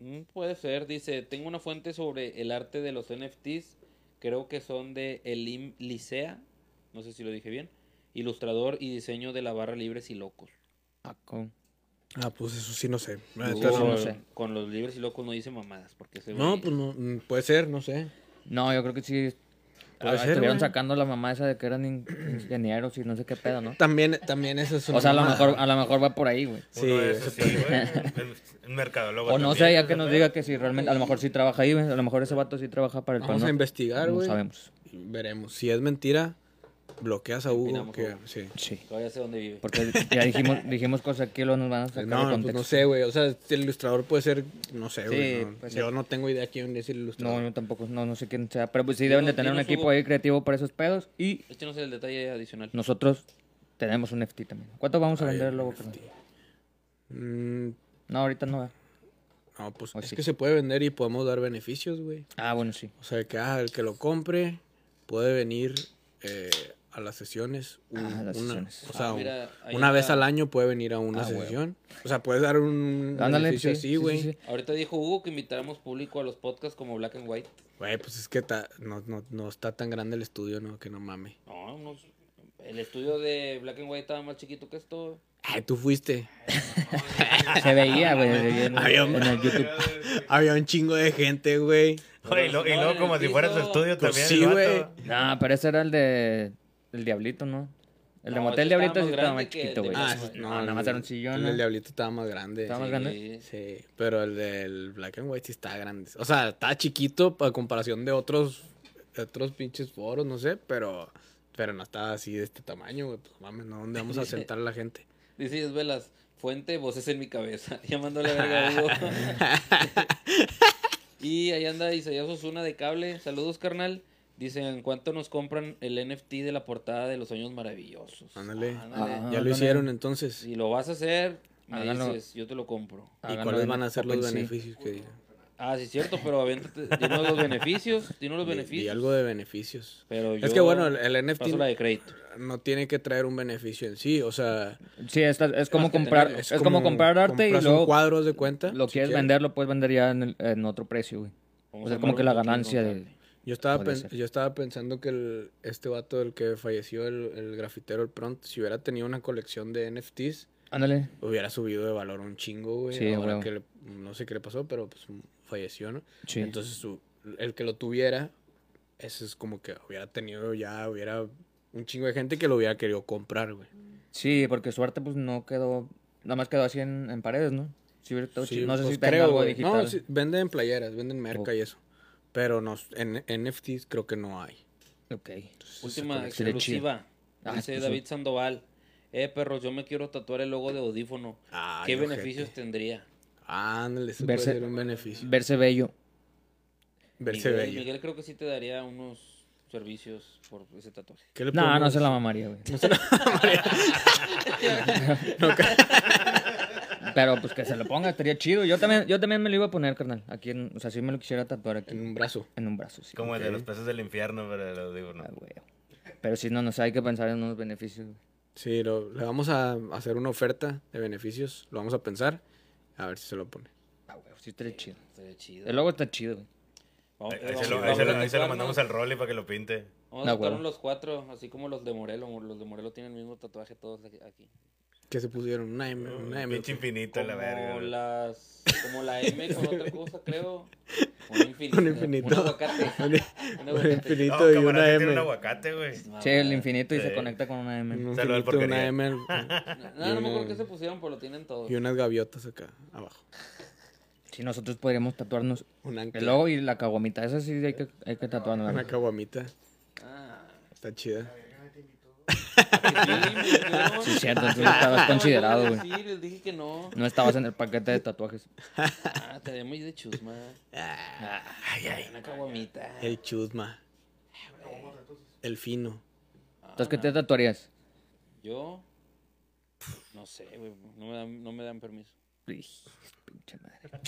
[SPEAKER 4] Mm, Puede ser, dice, tengo una fuente sobre el arte de los NFTs, creo que son de Elim Licea, no sé si lo dije bien, ilustrador y diseño de la barra Libres y Locos.
[SPEAKER 2] Ah, con-
[SPEAKER 1] Ah, pues eso sí, no sé. Ah,
[SPEAKER 4] Hugo,
[SPEAKER 1] pero-
[SPEAKER 2] eso no sé.
[SPEAKER 4] Con los Libres y Locos no dice mamadas, porque ese
[SPEAKER 1] no,
[SPEAKER 4] güey-
[SPEAKER 1] pues no, mm, puede ser, no sé.
[SPEAKER 2] No, yo creo que sí.
[SPEAKER 1] Puede
[SPEAKER 2] Ah,
[SPEAKER 1] ser,
[SPEAKER 2] estuvieron
[SPEAKER 1] güey.
[SPEAKER 2] sacando la mamá esa de que eran in- ingenieros y no sé qué pedo, ¿no?
[SPEAKER 1] También, también eso es una
[SPEAKER 2] O sea, a lo
[SPEAKER 1] mamada.
[SPEAKER 2] mejor, a lo mejor va por ahí, güey.
[SPEAKER 1] Sí,
[SPEAKER 3] Uno de
[SPEAKER 1] eso
[SPEAKER 3] esos, sí,
[SPEAKER 1] *laughs*
[SPEAKER 3] güey. El mercadólogo.
[SPEAKER 2] O no
[SPEAKER 3] también,
[SPEAKER 2] sé, ya
[SPEAKER 3] ese
[SPEAKER 2] que nos
[SPEAKER 3] pedo.
[SPEAKER 2] diga que si realmente, a lo mejor sí trabaja ahí, güey. A lo mejor ese vato sí trabaja para el
[SPEAKER 1] Vamos a
[SPEAKER 2] Pal Norte.
[SPEAKER 1] investigar,
[SPEAKER 2] No
[SPEAKER 1] güey.
[SPEAKER 2] sabemos.
[SPEAKER 1] Veremos. Si es mentira, bloqueas a Hugo.
[SPEAKER 4] Opinamos,
[SPEAKER 1] que-
[SPEAKER 4] Hugo.
[SPEAKER 1] sí.
[SPEAKER 2] Sí.
[SPEAKER 4] Todavía sé dónde vive.
[SPEAKER 2] Porque ya dijimos,
[SPEAKER 1] *laughs*
[SPEAKER 2] dijimos cosas que luego nos van a sacar de
[SPEAKER 1] No, pues
[SPEAKER 2] contexto.
[SPEAKER 1] no sé, güey. O sea, el ilustrador puede ser, no sé,
[SPEAKER 2] Sí,
[SPEAKER 1] güey. no.
[SPEAKER 2] puede ser.
[SPEAKER 1] Yo no tengo idea quién es el
[SPEAKER 2] No,
[SPEAKER 1] ilustrador.
[SPEAKER 2] yo tampoco, no, no sé quién sea. Pero pues sí deben de
[SPEAKER 4] Dinos-
[SPEAKER 2] tener un
[SPEAKER 4] dinos,
[SPEAKER 2] equipo
[SPEAKER 4] Hugo.
[SPEAKER 2] ahí creativo para esos pedos. Y
[SPEAKER 4] Este no es el detalle adicional.
[SPEAKER 2] nosotros tenemos un FT también. ¿Cuánto vamos a vender luego? carnal?
[SPEAKER 1] Mm,
[SPEAKER 2] No, ahorita no. ¿verdad?
[SPEAKER 1] no, pues
[SPEAKER 2] O
[SPEAKER 1] es
[SPEAKER 2] sí.
[SPEAKER 1] que se puede vender y podemos dar beneficios, güey.
[SPEAKER 2] Ah, bueno, sí.
[SPEAKER 1] O sea, que ah, el que lo compre puede venir eh, a las sesiones. un-
[SPEAKER 2] Ah, a las
[SPEAKER 1] una,
[SPEAKER 2] sesiones.
[SPEAKER 1] O sea,
[SPEAKER 4] Ah, mira, ahí
[SPEAKER 1] una vez
[SPEAKER 4] está.
[SPEAKER 1] al año puede venir a una
[SPEAKER 2] Ah, güey.
[SPEAKER 1] sesión. O sea, puedes dar un
[SPEAKER 2] Ándale,
[SPEAKER 1] beneficio
[SPEAKER 2] sí, sí,
[SPEAKER 1] así, güey.
[SPEAKER 2] sí, sí.
[SPEAKER 4] Ahorita dijo Hugo que invitáramos público a los podcasts como Black and White.
[SPEAKER 1] Güey, pues es que ta- no, no, no está tan grande el estudio, ¿no? Que no mame.
[SPEAKER 4] No, no. El estudio de Black and White estaba más chiquito que esto.
[SPEAKER 1] Ay, tú fuiste.
[SPEAKER 2] Se veía,
[SPEAKER 1] *laughs*
[SPEAKER 2] güey, en,
[SPEAKER 1] Había un-
[SPEAKER 2] en el
[SPEAKER 1] *laughs*
[SPEAKER 2] YouTube.
[SPEAKER 1] Había un cingo de gente, güey.
[SPEAKER 3] *laughs* Oye, y lo- y luego, como si fuera su estudio
[SPEAKER 1] Pues
[SPEAKER 3] también.
[SPEAKER 1] sí,
[SPEAKER 3] el
[SPEAKER 1] güey.
[SPEAKER 3] vato.
[SPEAKER 2] No, pero ese era el de... El Diablito, ¿no? El de
[SPEAKER 4] No,
[SPEAKER 2] Motel
[SPEAKER 4] ese
[SPEAKER 2] Diablito
[SPEAKER 4] estaba
[SPEAKER 2] sí
[SPEAKER 4] más
[SPEAKER 2] estaba
[SPEAKER 4] grande
[SPEAKER 2] más
[SPEAKER 4] que el
[SPEAKER 2] chiquito,
[SPEAKER 4] de-
[SPEAKER 2] güey.
[SPEAKER 4] Ah,
[SPEAKER 1] ese-
[SPEAKER 2] no, nada más
[SPEAKER 1] el-
[SPEAKER 2] era un sillón,
[SPEAKER 1] El
[SPEAKER 2] ¿no?
[SPEAKER 1] del diablito estaba más grande.
[SPEAKER 2] Estaba más
[SPEAKER 1] sí.
[SPEAKER 2] grande?
[SPEAKER 1] Sí, pero el del Black and White sí estaba grande. O sea, estaba chiquito a comparación de otros, de otros pinches foros, no sé, pero, pero no estaba así de este tamaño, güey. Pues mames, ¿no? ¿Dónde
[SPEAKER 2] *laughs*
[SPEAKER 1] vamos a sentar a la gente?
[SPEAKER 4] Dice es Velas, fuente, voces en mi cabeza. *laughs* Llamando a la verga a Hugo.
[SPEAKER 2] *laughs*
[SPEAKER 4] y ahí anda Isaías Osuna de cable. Saludos, carnal. Dice, ¿en cuánto nos compran el NFT de la portada de Los Sueños Maravillosos?
[SPEAKER 1] Ándale.
[SPEAKER 2] Ah,
[SPEAKER 1] ya
[SPEAKER 2] ándale.
[SPEAKER 1] lo hicieron entonces.
[SPEAKER 4] Si lo vas a hacer, me
[SPEAKER 2] Háganlo.
[SPEAKER 4] dices, yo te lo compro.
[SPEAKER 1] ¿Y
[SPEAKER 2] Háganlo
[SPEAKER 1] cuáles
[SPEAKER 2] en
[SPEAKER 1] van a ser los
[SPEAKER 2] OpenSea.
[SPEAKER 1] beneficios que digan?
[SPEAKER 4] Ah, sí, cierto, pero aviéntate, dinos los beneficios, dinos los
[SPEAKER 1] Di- di
[SPEAKER 4] beneficios.
[SPEAKER 1] algo de beneficios.
[SPEAKER 4] Pero
[SPEAKER 2] Pues
[SPEAKER 1] Es
[SPEAKER 4] yo
[SPEAKER 1] que bueno, el, el
[SPEAKER 4] paso la de
[SPEAKER 1] NFT
[SPEAKER 4] crédito.
[SPEAKER 1] no tiene que traer un beneficio en sí, o sea,
[SPEAKER 2] Sí, es, es como
[SPEAKER 4] Más que
[SPEAKER 2] comprar,
[SPEAKER 4] tenerlo.
[SPEAKER 2] es, como, comprar arte y
[SPEAKER 1] compras un
[SPEAKER 2] luego
[SPEAKER 1] cuadros de cuenta.
[SPEAKER 2] lo
[SPEAKER 1] si
[SPEAKER 2] quieres vender, lo puedes vender ya pues, en, el- en otro precio, güey.
[SPEAKER 4] Vamos
[SPEAKER 2] O sea,
[SPEAKER 4] a
[SPEAKER 2] como que la
[SPEAKER 4] armarlo un poquito,
[SPEAKER 2] ganancia de...
[SPEAKER 4] carnal.
[SPEAKER 1] Yo estaba,
[SPEAKER 2] Podría
[SPEAKER 1] pen-
[SPEAKER 2] ser.
[SPEAKER 1] yo estaba pensando que el, este vato, el que falleció, el, el grafitero, el prompt, si hubiera tenido una colección de NFTs,
[SPEAKER 2] Ándale.
[SPEAKER 1] hubiera subido de valor un chingo, güey.
[SPEAKER 2] Sí,
[SPEAKER 1] Ahora
[SPEAKER 2] huevo.
[SPEAKER 1] que le- no sé qué le pasó, pero pues falleció, ¿no?
[SPEAKER 2] Sí.
[SPEAKER 1] Entonces, su- el que lo tuviera, ese es como que hubiera tenido ya, hubiera un chingo de gente que lo hubiera querido comprar, güey.
[SPEAKER 2] Sí, porque su arte pues no quedó, nada más quedó así en, en paredes, ¿no? Si hubiera estado
[SPEAKER 1] Sí,
[SPEAKER 2] chido. no sé
[SPEAKER 1] pues,
[SPEAKER 2] si tenga algo
[SPEAKER 1] güey.
[SPEAKER 2] digital.
[SPEAKER 1] No, sí, venden playeras, venden merca y eso. Pero nos, en NFTs creo que no hay.
[SPEAKER 2] Ok.
[SPEAKER 4] Última
[SPEAKER 2] Estaría chido.
[SPEAKER 4] exclusiva.
[SPEAKER 2] Ah,
[SPEAKER 4] Dice
[SPEAKER 2] pues,
[SPEAKER 4] David Sandoval. Eh, perro, yo me quiero tatuar el logo de audífono.
[SPEAKER 1] Ay,
[SPEAKER 4] ¿Qué
[SPEAKER 1] ojete.
[SPEAKER 4] beneficios tendría?
[SPEAKER 1] Ándale, eso
[SPEAKER 2] Verse-
[SPEAKER 1] puede ser un beneficio.
[SPEAKER 2] Verse bello.
[SPEAKER 1] Verse
[SPEAKER 4] Miguel,
[SPEAKER 1] bello.
[SPEAKER 4] Miguel creo que sí te daría unos servicios por ese tatuaje.
[SPEAKER 1] ¿Qué le
[SPEAKER 2] No, no
[SPEAKER 1] podemos-
[SPEAKER 2] se la mamaría, güey. *laughs* Pero pues que se lo ponga, estaría chido. Yo también, yo también me lo iba a poner, carnal. Aquí, en- o sea, sí me lo quisiera tatuar aquí.
[SPEAKER 1] En un brazo.
[SPEAKER 2] En un brazo, sí.
[SPEAKER 3] Como el de los peces del infierno, pero lo digo, no.
[SPEAKER 2] Ah, güey. Pero si no, no sé, hay que pensar en unos beneficios. güey.
[SPEAKER 1] Sí, lo- le vamos a hacer una oferta de beneficios. Lo vamos a pensar. A ver si se lo pone.
[SPEAKER 2] Ah, güey, sí estaría chido.
[SPEAKER 4] Estaría chido.
[SPEAKER 2] El logo está chido, güey.
[SPEAKER 4] Vamos,
[SPEAKER 3] Ahí-
[SPEAKER 4] eh,
[SPEAKER 3] Ahí
[SPEAKER 4] vamos-
[SPEAKER 3] se lo- ahí
[SPEAKER 4] vamos
[SPEAKER 3] se lo- ahí se lo
[SPEAKER 4] a tatuarnos.
[SPEAKER 3] mandamos al Rolly para que lo pinte.
[SPEAKER 4] Vamos
[SPEAKER 2] No,
[SPEAKER 4] a tatuarnos
[SPEAKER 2] huevo.
[SPEAKER 4] los cuatro, así como los de Morelo. Los de Morelo tienen el mismo tatuaje todos aquí- aquí.
[SPEAKER 1] ¿Qué se pusieron? Una M. Una M.
[SPEAKER 3] Oh, Pinche infinito, la verga.
[SPEAKER 4] Como
[SPEAKER 3] güey.
[SPEAKER 4] las... Como la M con
[SPEAKER 3] *laughs*
[SPEAKER 4] otra cosa, creo. Un infinito.
[SPEAKER 1] Un infinito.
[SPEAKER 4] Un
[SPEAKER 3] *laughs*
[SPEAKER 4] aguacate. Un
[SPEAKER 1] Un
[SPEAKER 4] aguacate.
[SPEAKER 1] infinito
[SPEAKER 3] No,
[SPEAKER 1] y
[SPEAKER 3] camarada,
[SPEAKER 1] una
[SPEAKER 3] sí
[SPEAKER 1] M.
[SPEAKER 3] tiene un aguacate, güey.
[SPEAKER 4] Ah,
[SPEAKER 2] Sí, el infinito y
[SPEAKER 3] Sí.
[SPEAKER 2] se conecta con una
[SPEAKER 1] Un
[SPEAKER 2] M.
[SPEAKER 3] Saluda
[SPEAKER 1] infinito y
[SPEAKER 3] al
[SPEAKER 1] una
[SPEAKER 3] porquería.
[SPEAKER 1] M.
[SPEAKER 4] No, no, me
[SPEAKER 1] una-
[SPEAKER 4] acuerdo qué se pusieron, pero lo tienen todos.
[SPEAKER 1] Y unas gaviotas acá abajo.
[SPEAKER 2] Si nosotros podríamos tatuarnos
[SPEAKER 1] Un ancla.
[SPEAKER 2] el logo y la caguamita. Esa sí hay que, hay que tatuarnos.
[SPEAKER 1] Una caguamita.
[SPEAKER 4] Ah,
[SPEAKER 1] Está chida.
[SPEAKER 2] Ah, Sí, cierto, tú no estabas considerado, güey.
[SPEAKER 4] Sí, les dije que no.
[SPEAKER 2] No estabas en el paquete de tatuajes.
[SPEAKER 4] Ah, te muy de chusma.
[SPEAKER 1] Ay, ay.
[SPEAKER 4] Una caguamita.
[SPEAKER 1] El chusma. El fino.
[SPEAKER 2] Entonces, ¿qué te tatuarías?
[SPEAKER 4] Yo. No sé, güey. No me dan, no me dan permiso.
[SPEAKER 2] Ij, Pinche madre.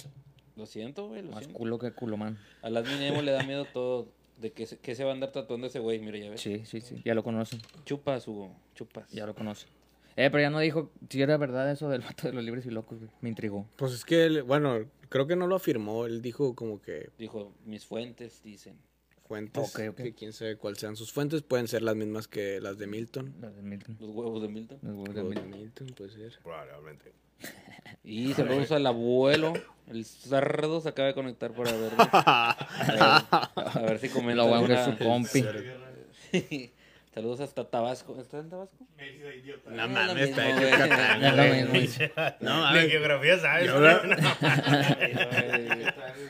[SPEAKER 4] Lo siento, güey. Lo
[SPEAKER 2] Más
[SPEAKER 4] siento.
[SPEAKER 2] culo que culo, man.
[SPEAKER 4] A las minemos le da miedo todo. De que se, que se va a andar tatuando ese güey. Mira, ya ves.
[SPEAKER 2] Sí, sí, sí. Ya lo conocen.
[SPEAKER 4] Chupas, Hugo. Chupas.
[SPEAKER 2] Ya lo conocen. Eh, pero ya no dijo si era verdad eso del vato de los libres y locos, güey. Me intrigó.
[SPEAKER 1] Pues es que, él- bueno, creo que no lo afirmó. Él dijo como que
[SPEAKER 4] Dijo, mis fuentes dicen.
[SPEAKER 1] fuentes.
[SPEAKER 2] Ok, ok.
[SPEAKER 1] Que quién sabe cuáles sean sus fuentes. Pueden ser las mismas que las de Milton.
[SPEAKER 2] Los de Milton.
[SPEAKER 4] Los huevos de Milton.
[SPEAKER 2] Los huevos de
[SPEAKER 1] O de
[SPEAKER 2] Milton.
[SPEAKER 1] Milton, puede ser.
[SPEAKER 3] Probablemente.
[SPEAKER 4] Y saludos al abuelo.
[SPEAKER 2] *laughs*
[SPEAKER 4] El cerdo se acaba de conectar para ver. A ver, a ver si comenta.
[SPEAKER 2] Lo bueno que es
[SPEAKER 1] Ah,
[SPEAKER 4] alguna-
[SPEAKER 2] su compi.
[SPEAKER 1] Ser-
[SPEAKER 4] *laughs* Saludos hasta Tabasco. ¿Está en
[SPEAKER 1] *laughs*
[SPEAKER 4] Tabasco?
[SPEAKER 3] Me dice idiota.
[SPEAKER 1] *laughs*
[SPEAKER 4] Ah,
[SPEAKER 1] No
[SPEAKER 4] lo
[SPEAKER 1] mames, está
[SPEAKER 4] mismo,
[SPEAKER 1] hecho
[SPEAKER 4] güey.
[SPEAKER 1] Catán,
[SPEAKER 2] Ya lo
[SPEAKER 1] güey.
[SPEAKER 2] mismo.
[SPEAKER 1] No
[SPEAKER 3] *laughs* de
[SPEAKER 1] mames.
[SPEAKER 3] geografía, ¿sabes?
[SPEAKER 1] Yo la-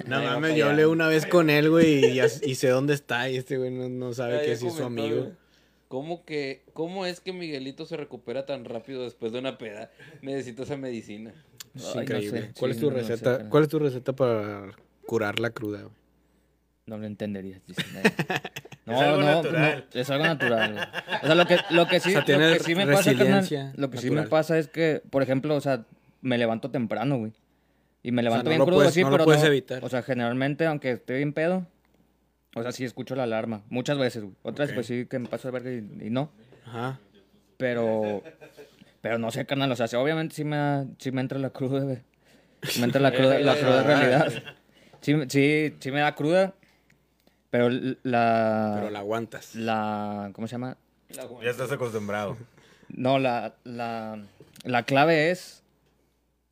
[SPEAKER 1] No
[SPEAKER 4] Ahí
[SPEAKER 1] mames,
[SPEAKER 4] va para
[SPEAKER 1] yo
[SPEAKER 4] allá.
[SPEAKER 1] hablé una vez con él, güey, y, ya- y sé dónde está, y este güey no, no sabe
[SPEAKER 4] Ah,
[SPEAKER 1] que
[SPEAKER 4] ya
[SPEAKER 1] sí es su
[SPEAKER 4] comentó,
[SPEAKER 1] amigo.
[SPEAKER 4] güey. ¿Cómo, que, ¿Cómo es que Miguelito se recupera tan rápido después de una peda? Necesito esa medicina.
[SPEAKER 1] Es
[SPEAKER 2] Ay, no
[SPEAKER 1] increíble.
[SPEAKER 2] sé,
[SPEAKER 1] ¿Cuál
[SPEAKER 2] sí,
[SPEAKER 1] es tu
[SPEAKER 2] no, no sé,
[SPEAKER 1] receta?
[SPEAKER 2] pero-
[SPEAKER 1] ¿Cuál es tu receta para curar la cruda, güey?
[SPEAKER 2] No lo entenderías.
[SPEAKER 1] *laughs*
[SPEAKER 2] dice. No,
[SPEAKER 3] algo
[SPEAKER 2] no,
[SPEAKER 3] natural.
[SPEAKER 2] no, es algo natural. güey. O sea, lo que, lo que sí,
[SPEAKER 1] O sea, tiene
[SPEAKER 2] lo que sí me pasa, carnal,
[SPEAKER 1] resiliencia
[SPEAKER 2] lo que sí me
[SPEAKER 1] natural.
[SPEAKER 2] pasa es que, por ejemplo, o sea, me levanto temprano, güey. Y me levanto
[SPEAKER 1] no
[SPEAKER 2] bien
[SPEAKER 1] lo
[SPEAKER 2] crudo,
[SPEAKER 1] puedes-
[SPEAKER 2] así,
[SPEAKER 1] no lo
[SPEAKER 2] pero
[SPEAKER 1] puedes
[SPEAKER 2] no-
[SPEAKER 1] evitar.
[SPEAKER 2] O sea, generalmente, aunque esté bien pedo, o sea, sí escucho la alarma. Muchas veces, güey. Otras,
[SPEAKER 1] Ok.
[SPEAKER 2] pues sí, que me paso de verga y, y no.
[SPEAKER 1] Ajá.
[SPEAKER 2] Pero, pero no sé, carnal. O sea, sí, obviamente sí me, da- sí me entra la cruda, güey. Sí
[SPEAKER 1] *laughs*
[SPEAKER 2] Me entra la cruda, la
[SPEAKER 1] Eh,
[SPEAKER 2] cruda realidad. Sí, sí, sí me da cruda, pero l- la...
[SPEAKER 1] Pero la aguantas.
[SPEAKER 2] La. ¿Cómo se llama?
[SPEAKER 4] La buena.
[SPEAKER 3] Ya estás acostumbrado.
[SPEAKER 2] No, la. La, la clave es.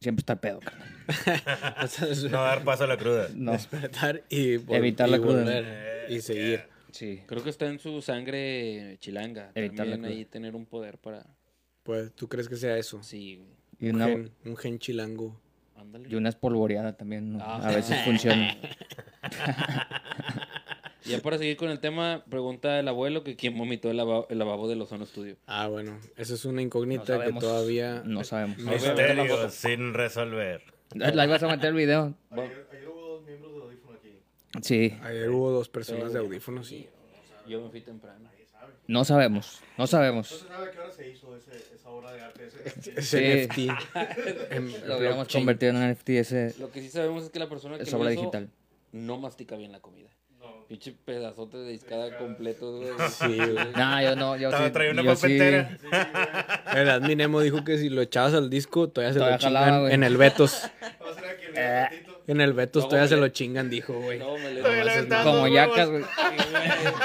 [SPEAKER 2] Siempre estar pedo, carnal.
[SPEAKER 1] *laughs* O sea, es-
[SPEAKER 3] No dar paso a la cruda.
[SPEAKER 2] No.
[SPEAKER 1] Despertar y vol-
[SPEAKER 2] Evitar la
[SPEAKER 1] y
[SPEAKER 2] cruda.
[SPEAKER 1] volver y seguir.
[SPEAKER 2] Sí.
[SPEAKER 4] Creo que está en su sangre chilanga.
[SPEAKER 2] Evitar la
[SPEAKER 4] También
[SPEAKER 2] cruda.
[SPEAKER 4] ahí tener un poder para...
[SPEAKER 1] Pues, ¿tú crees que sea eso?
[SPEAKER 4] Sí, güey.
[SPEAKER 2] Y
[SPEAKER 1] Un
[SPEAKER 2] una,
[SPEAKER 1] gen, un gen chilango.
[SPEAKER 4] Ándale.
[SPEAKER 2] y una espolvoreada también. ¿no?
[SPEAKER 4] Ah.
[SPEAKER 2] A veces funciona.
[SPEAKER 1] *laughs*
[SPEAKER 4] Ya para seguir con el tema, pregunta el abuelo que quién vomitó el, lava- el lavabo del Ozono Studio.
[SPEAKER 1] Ah, bueno, esa es una
[SPEAKER 2] No
[SPEAKER 1] incógnita que
[SPEAKER 2] sabemos.
[SPEAKER 1] todavía...
[SPEAKER 2] No sabemos.
[SPEAKER 1] No
[SPEAKER 4] voy a meter la foto.
[SPEAKER 3] Misterio sin resolver.
[SPEAKER 2] ¿La ibas a meter el video?
[SPEAKER 5] Ayer hubo dos miembros de audífono aquí.
[SPEAKER 2] Sí.
[SPEAKER 1] Ayer hubo dos personas de audífonos y...
[SPEAKER 4] Yo me fui temprano.
[SPEAKER 2] No sabemos. No
[SPEAKER 5] No
[SPEAKER 2] sabemos.
[SPEAKER 5] se sabe a qué hora se hizo ese- esa obra de arte. Ese,
[SPEAKER 3] *laughs*
[SPEAKER 5] ese-
[SPEAKER 1] Es
[SPEAKER 2] Sí.
[SPEAKER 1] NFT.
[SPEAKER 2] *laughs*
[SPEAKER 1] en
[SPEAKER 2] Lo habíamos
[SPEAKER 1] blockchain.
[SPEAKER 2] convertido en NFT ese.
[SPEAKER 4] Lo que sí sabemos es que la persona que
[SPEAKER 2] Es
[SPEAKER 4] lo
[SPEAKER 2] obra
[SPEAKER 4] hizo
[SPEAKER 2] digital.
[SPEAKER 4] no mastica bien la comida.
[SPEAKER 5] no.
[SPEAKER 4] Pinche pedazote de discada completo. güey.
[SPEAKER 1] *laughs* Sí, güey.
[SPEAKER 2] *laughs* No, yo no. Yo
[SPEAKER 3] Estaba
[SPEAKER 2] sí.
[SPEAKER 3] traía una
[SPEAKER 2] yo sí-
[SPEAKER 3] papetera.
[SPEAKER 5] Sí, güey.
[SPEAKER 1] El admin Nemo dijo que si lo echabas al disco, todavía se
[SPEAKER 2] Todavía
[SPEAKER 1] lo chingan
[SPEAKER 2] jalaba, güey.
[SPEAKER 1] en el Betos.
[SPEAKER 5] Va a ser aquí en un
[SPEAKER 2] Eh,
[SPEAKER 5] ratito.
[SPEAKER 1] En el Betos
[SPEAKER 4] No,
[SPEAKER 1] todavía se
[SPEAKER 4] güey.
[SPEAKER 1] lo chingan, dijo, güey.
[SPEAKER 4] No, me le
[SPEAKER 3] Todavía
[SPEAKER 4] no,
[SPEAKER 3] le
[SPEAKER 4] haces
[SPEAKER 3] aventaban
[SPEAKER 4] nada.
[SPEAKER 2] Como
[SPEAKER 3] dos
[SPEAKER 2] yacas, güey.
[SPEAKER 3] huevos.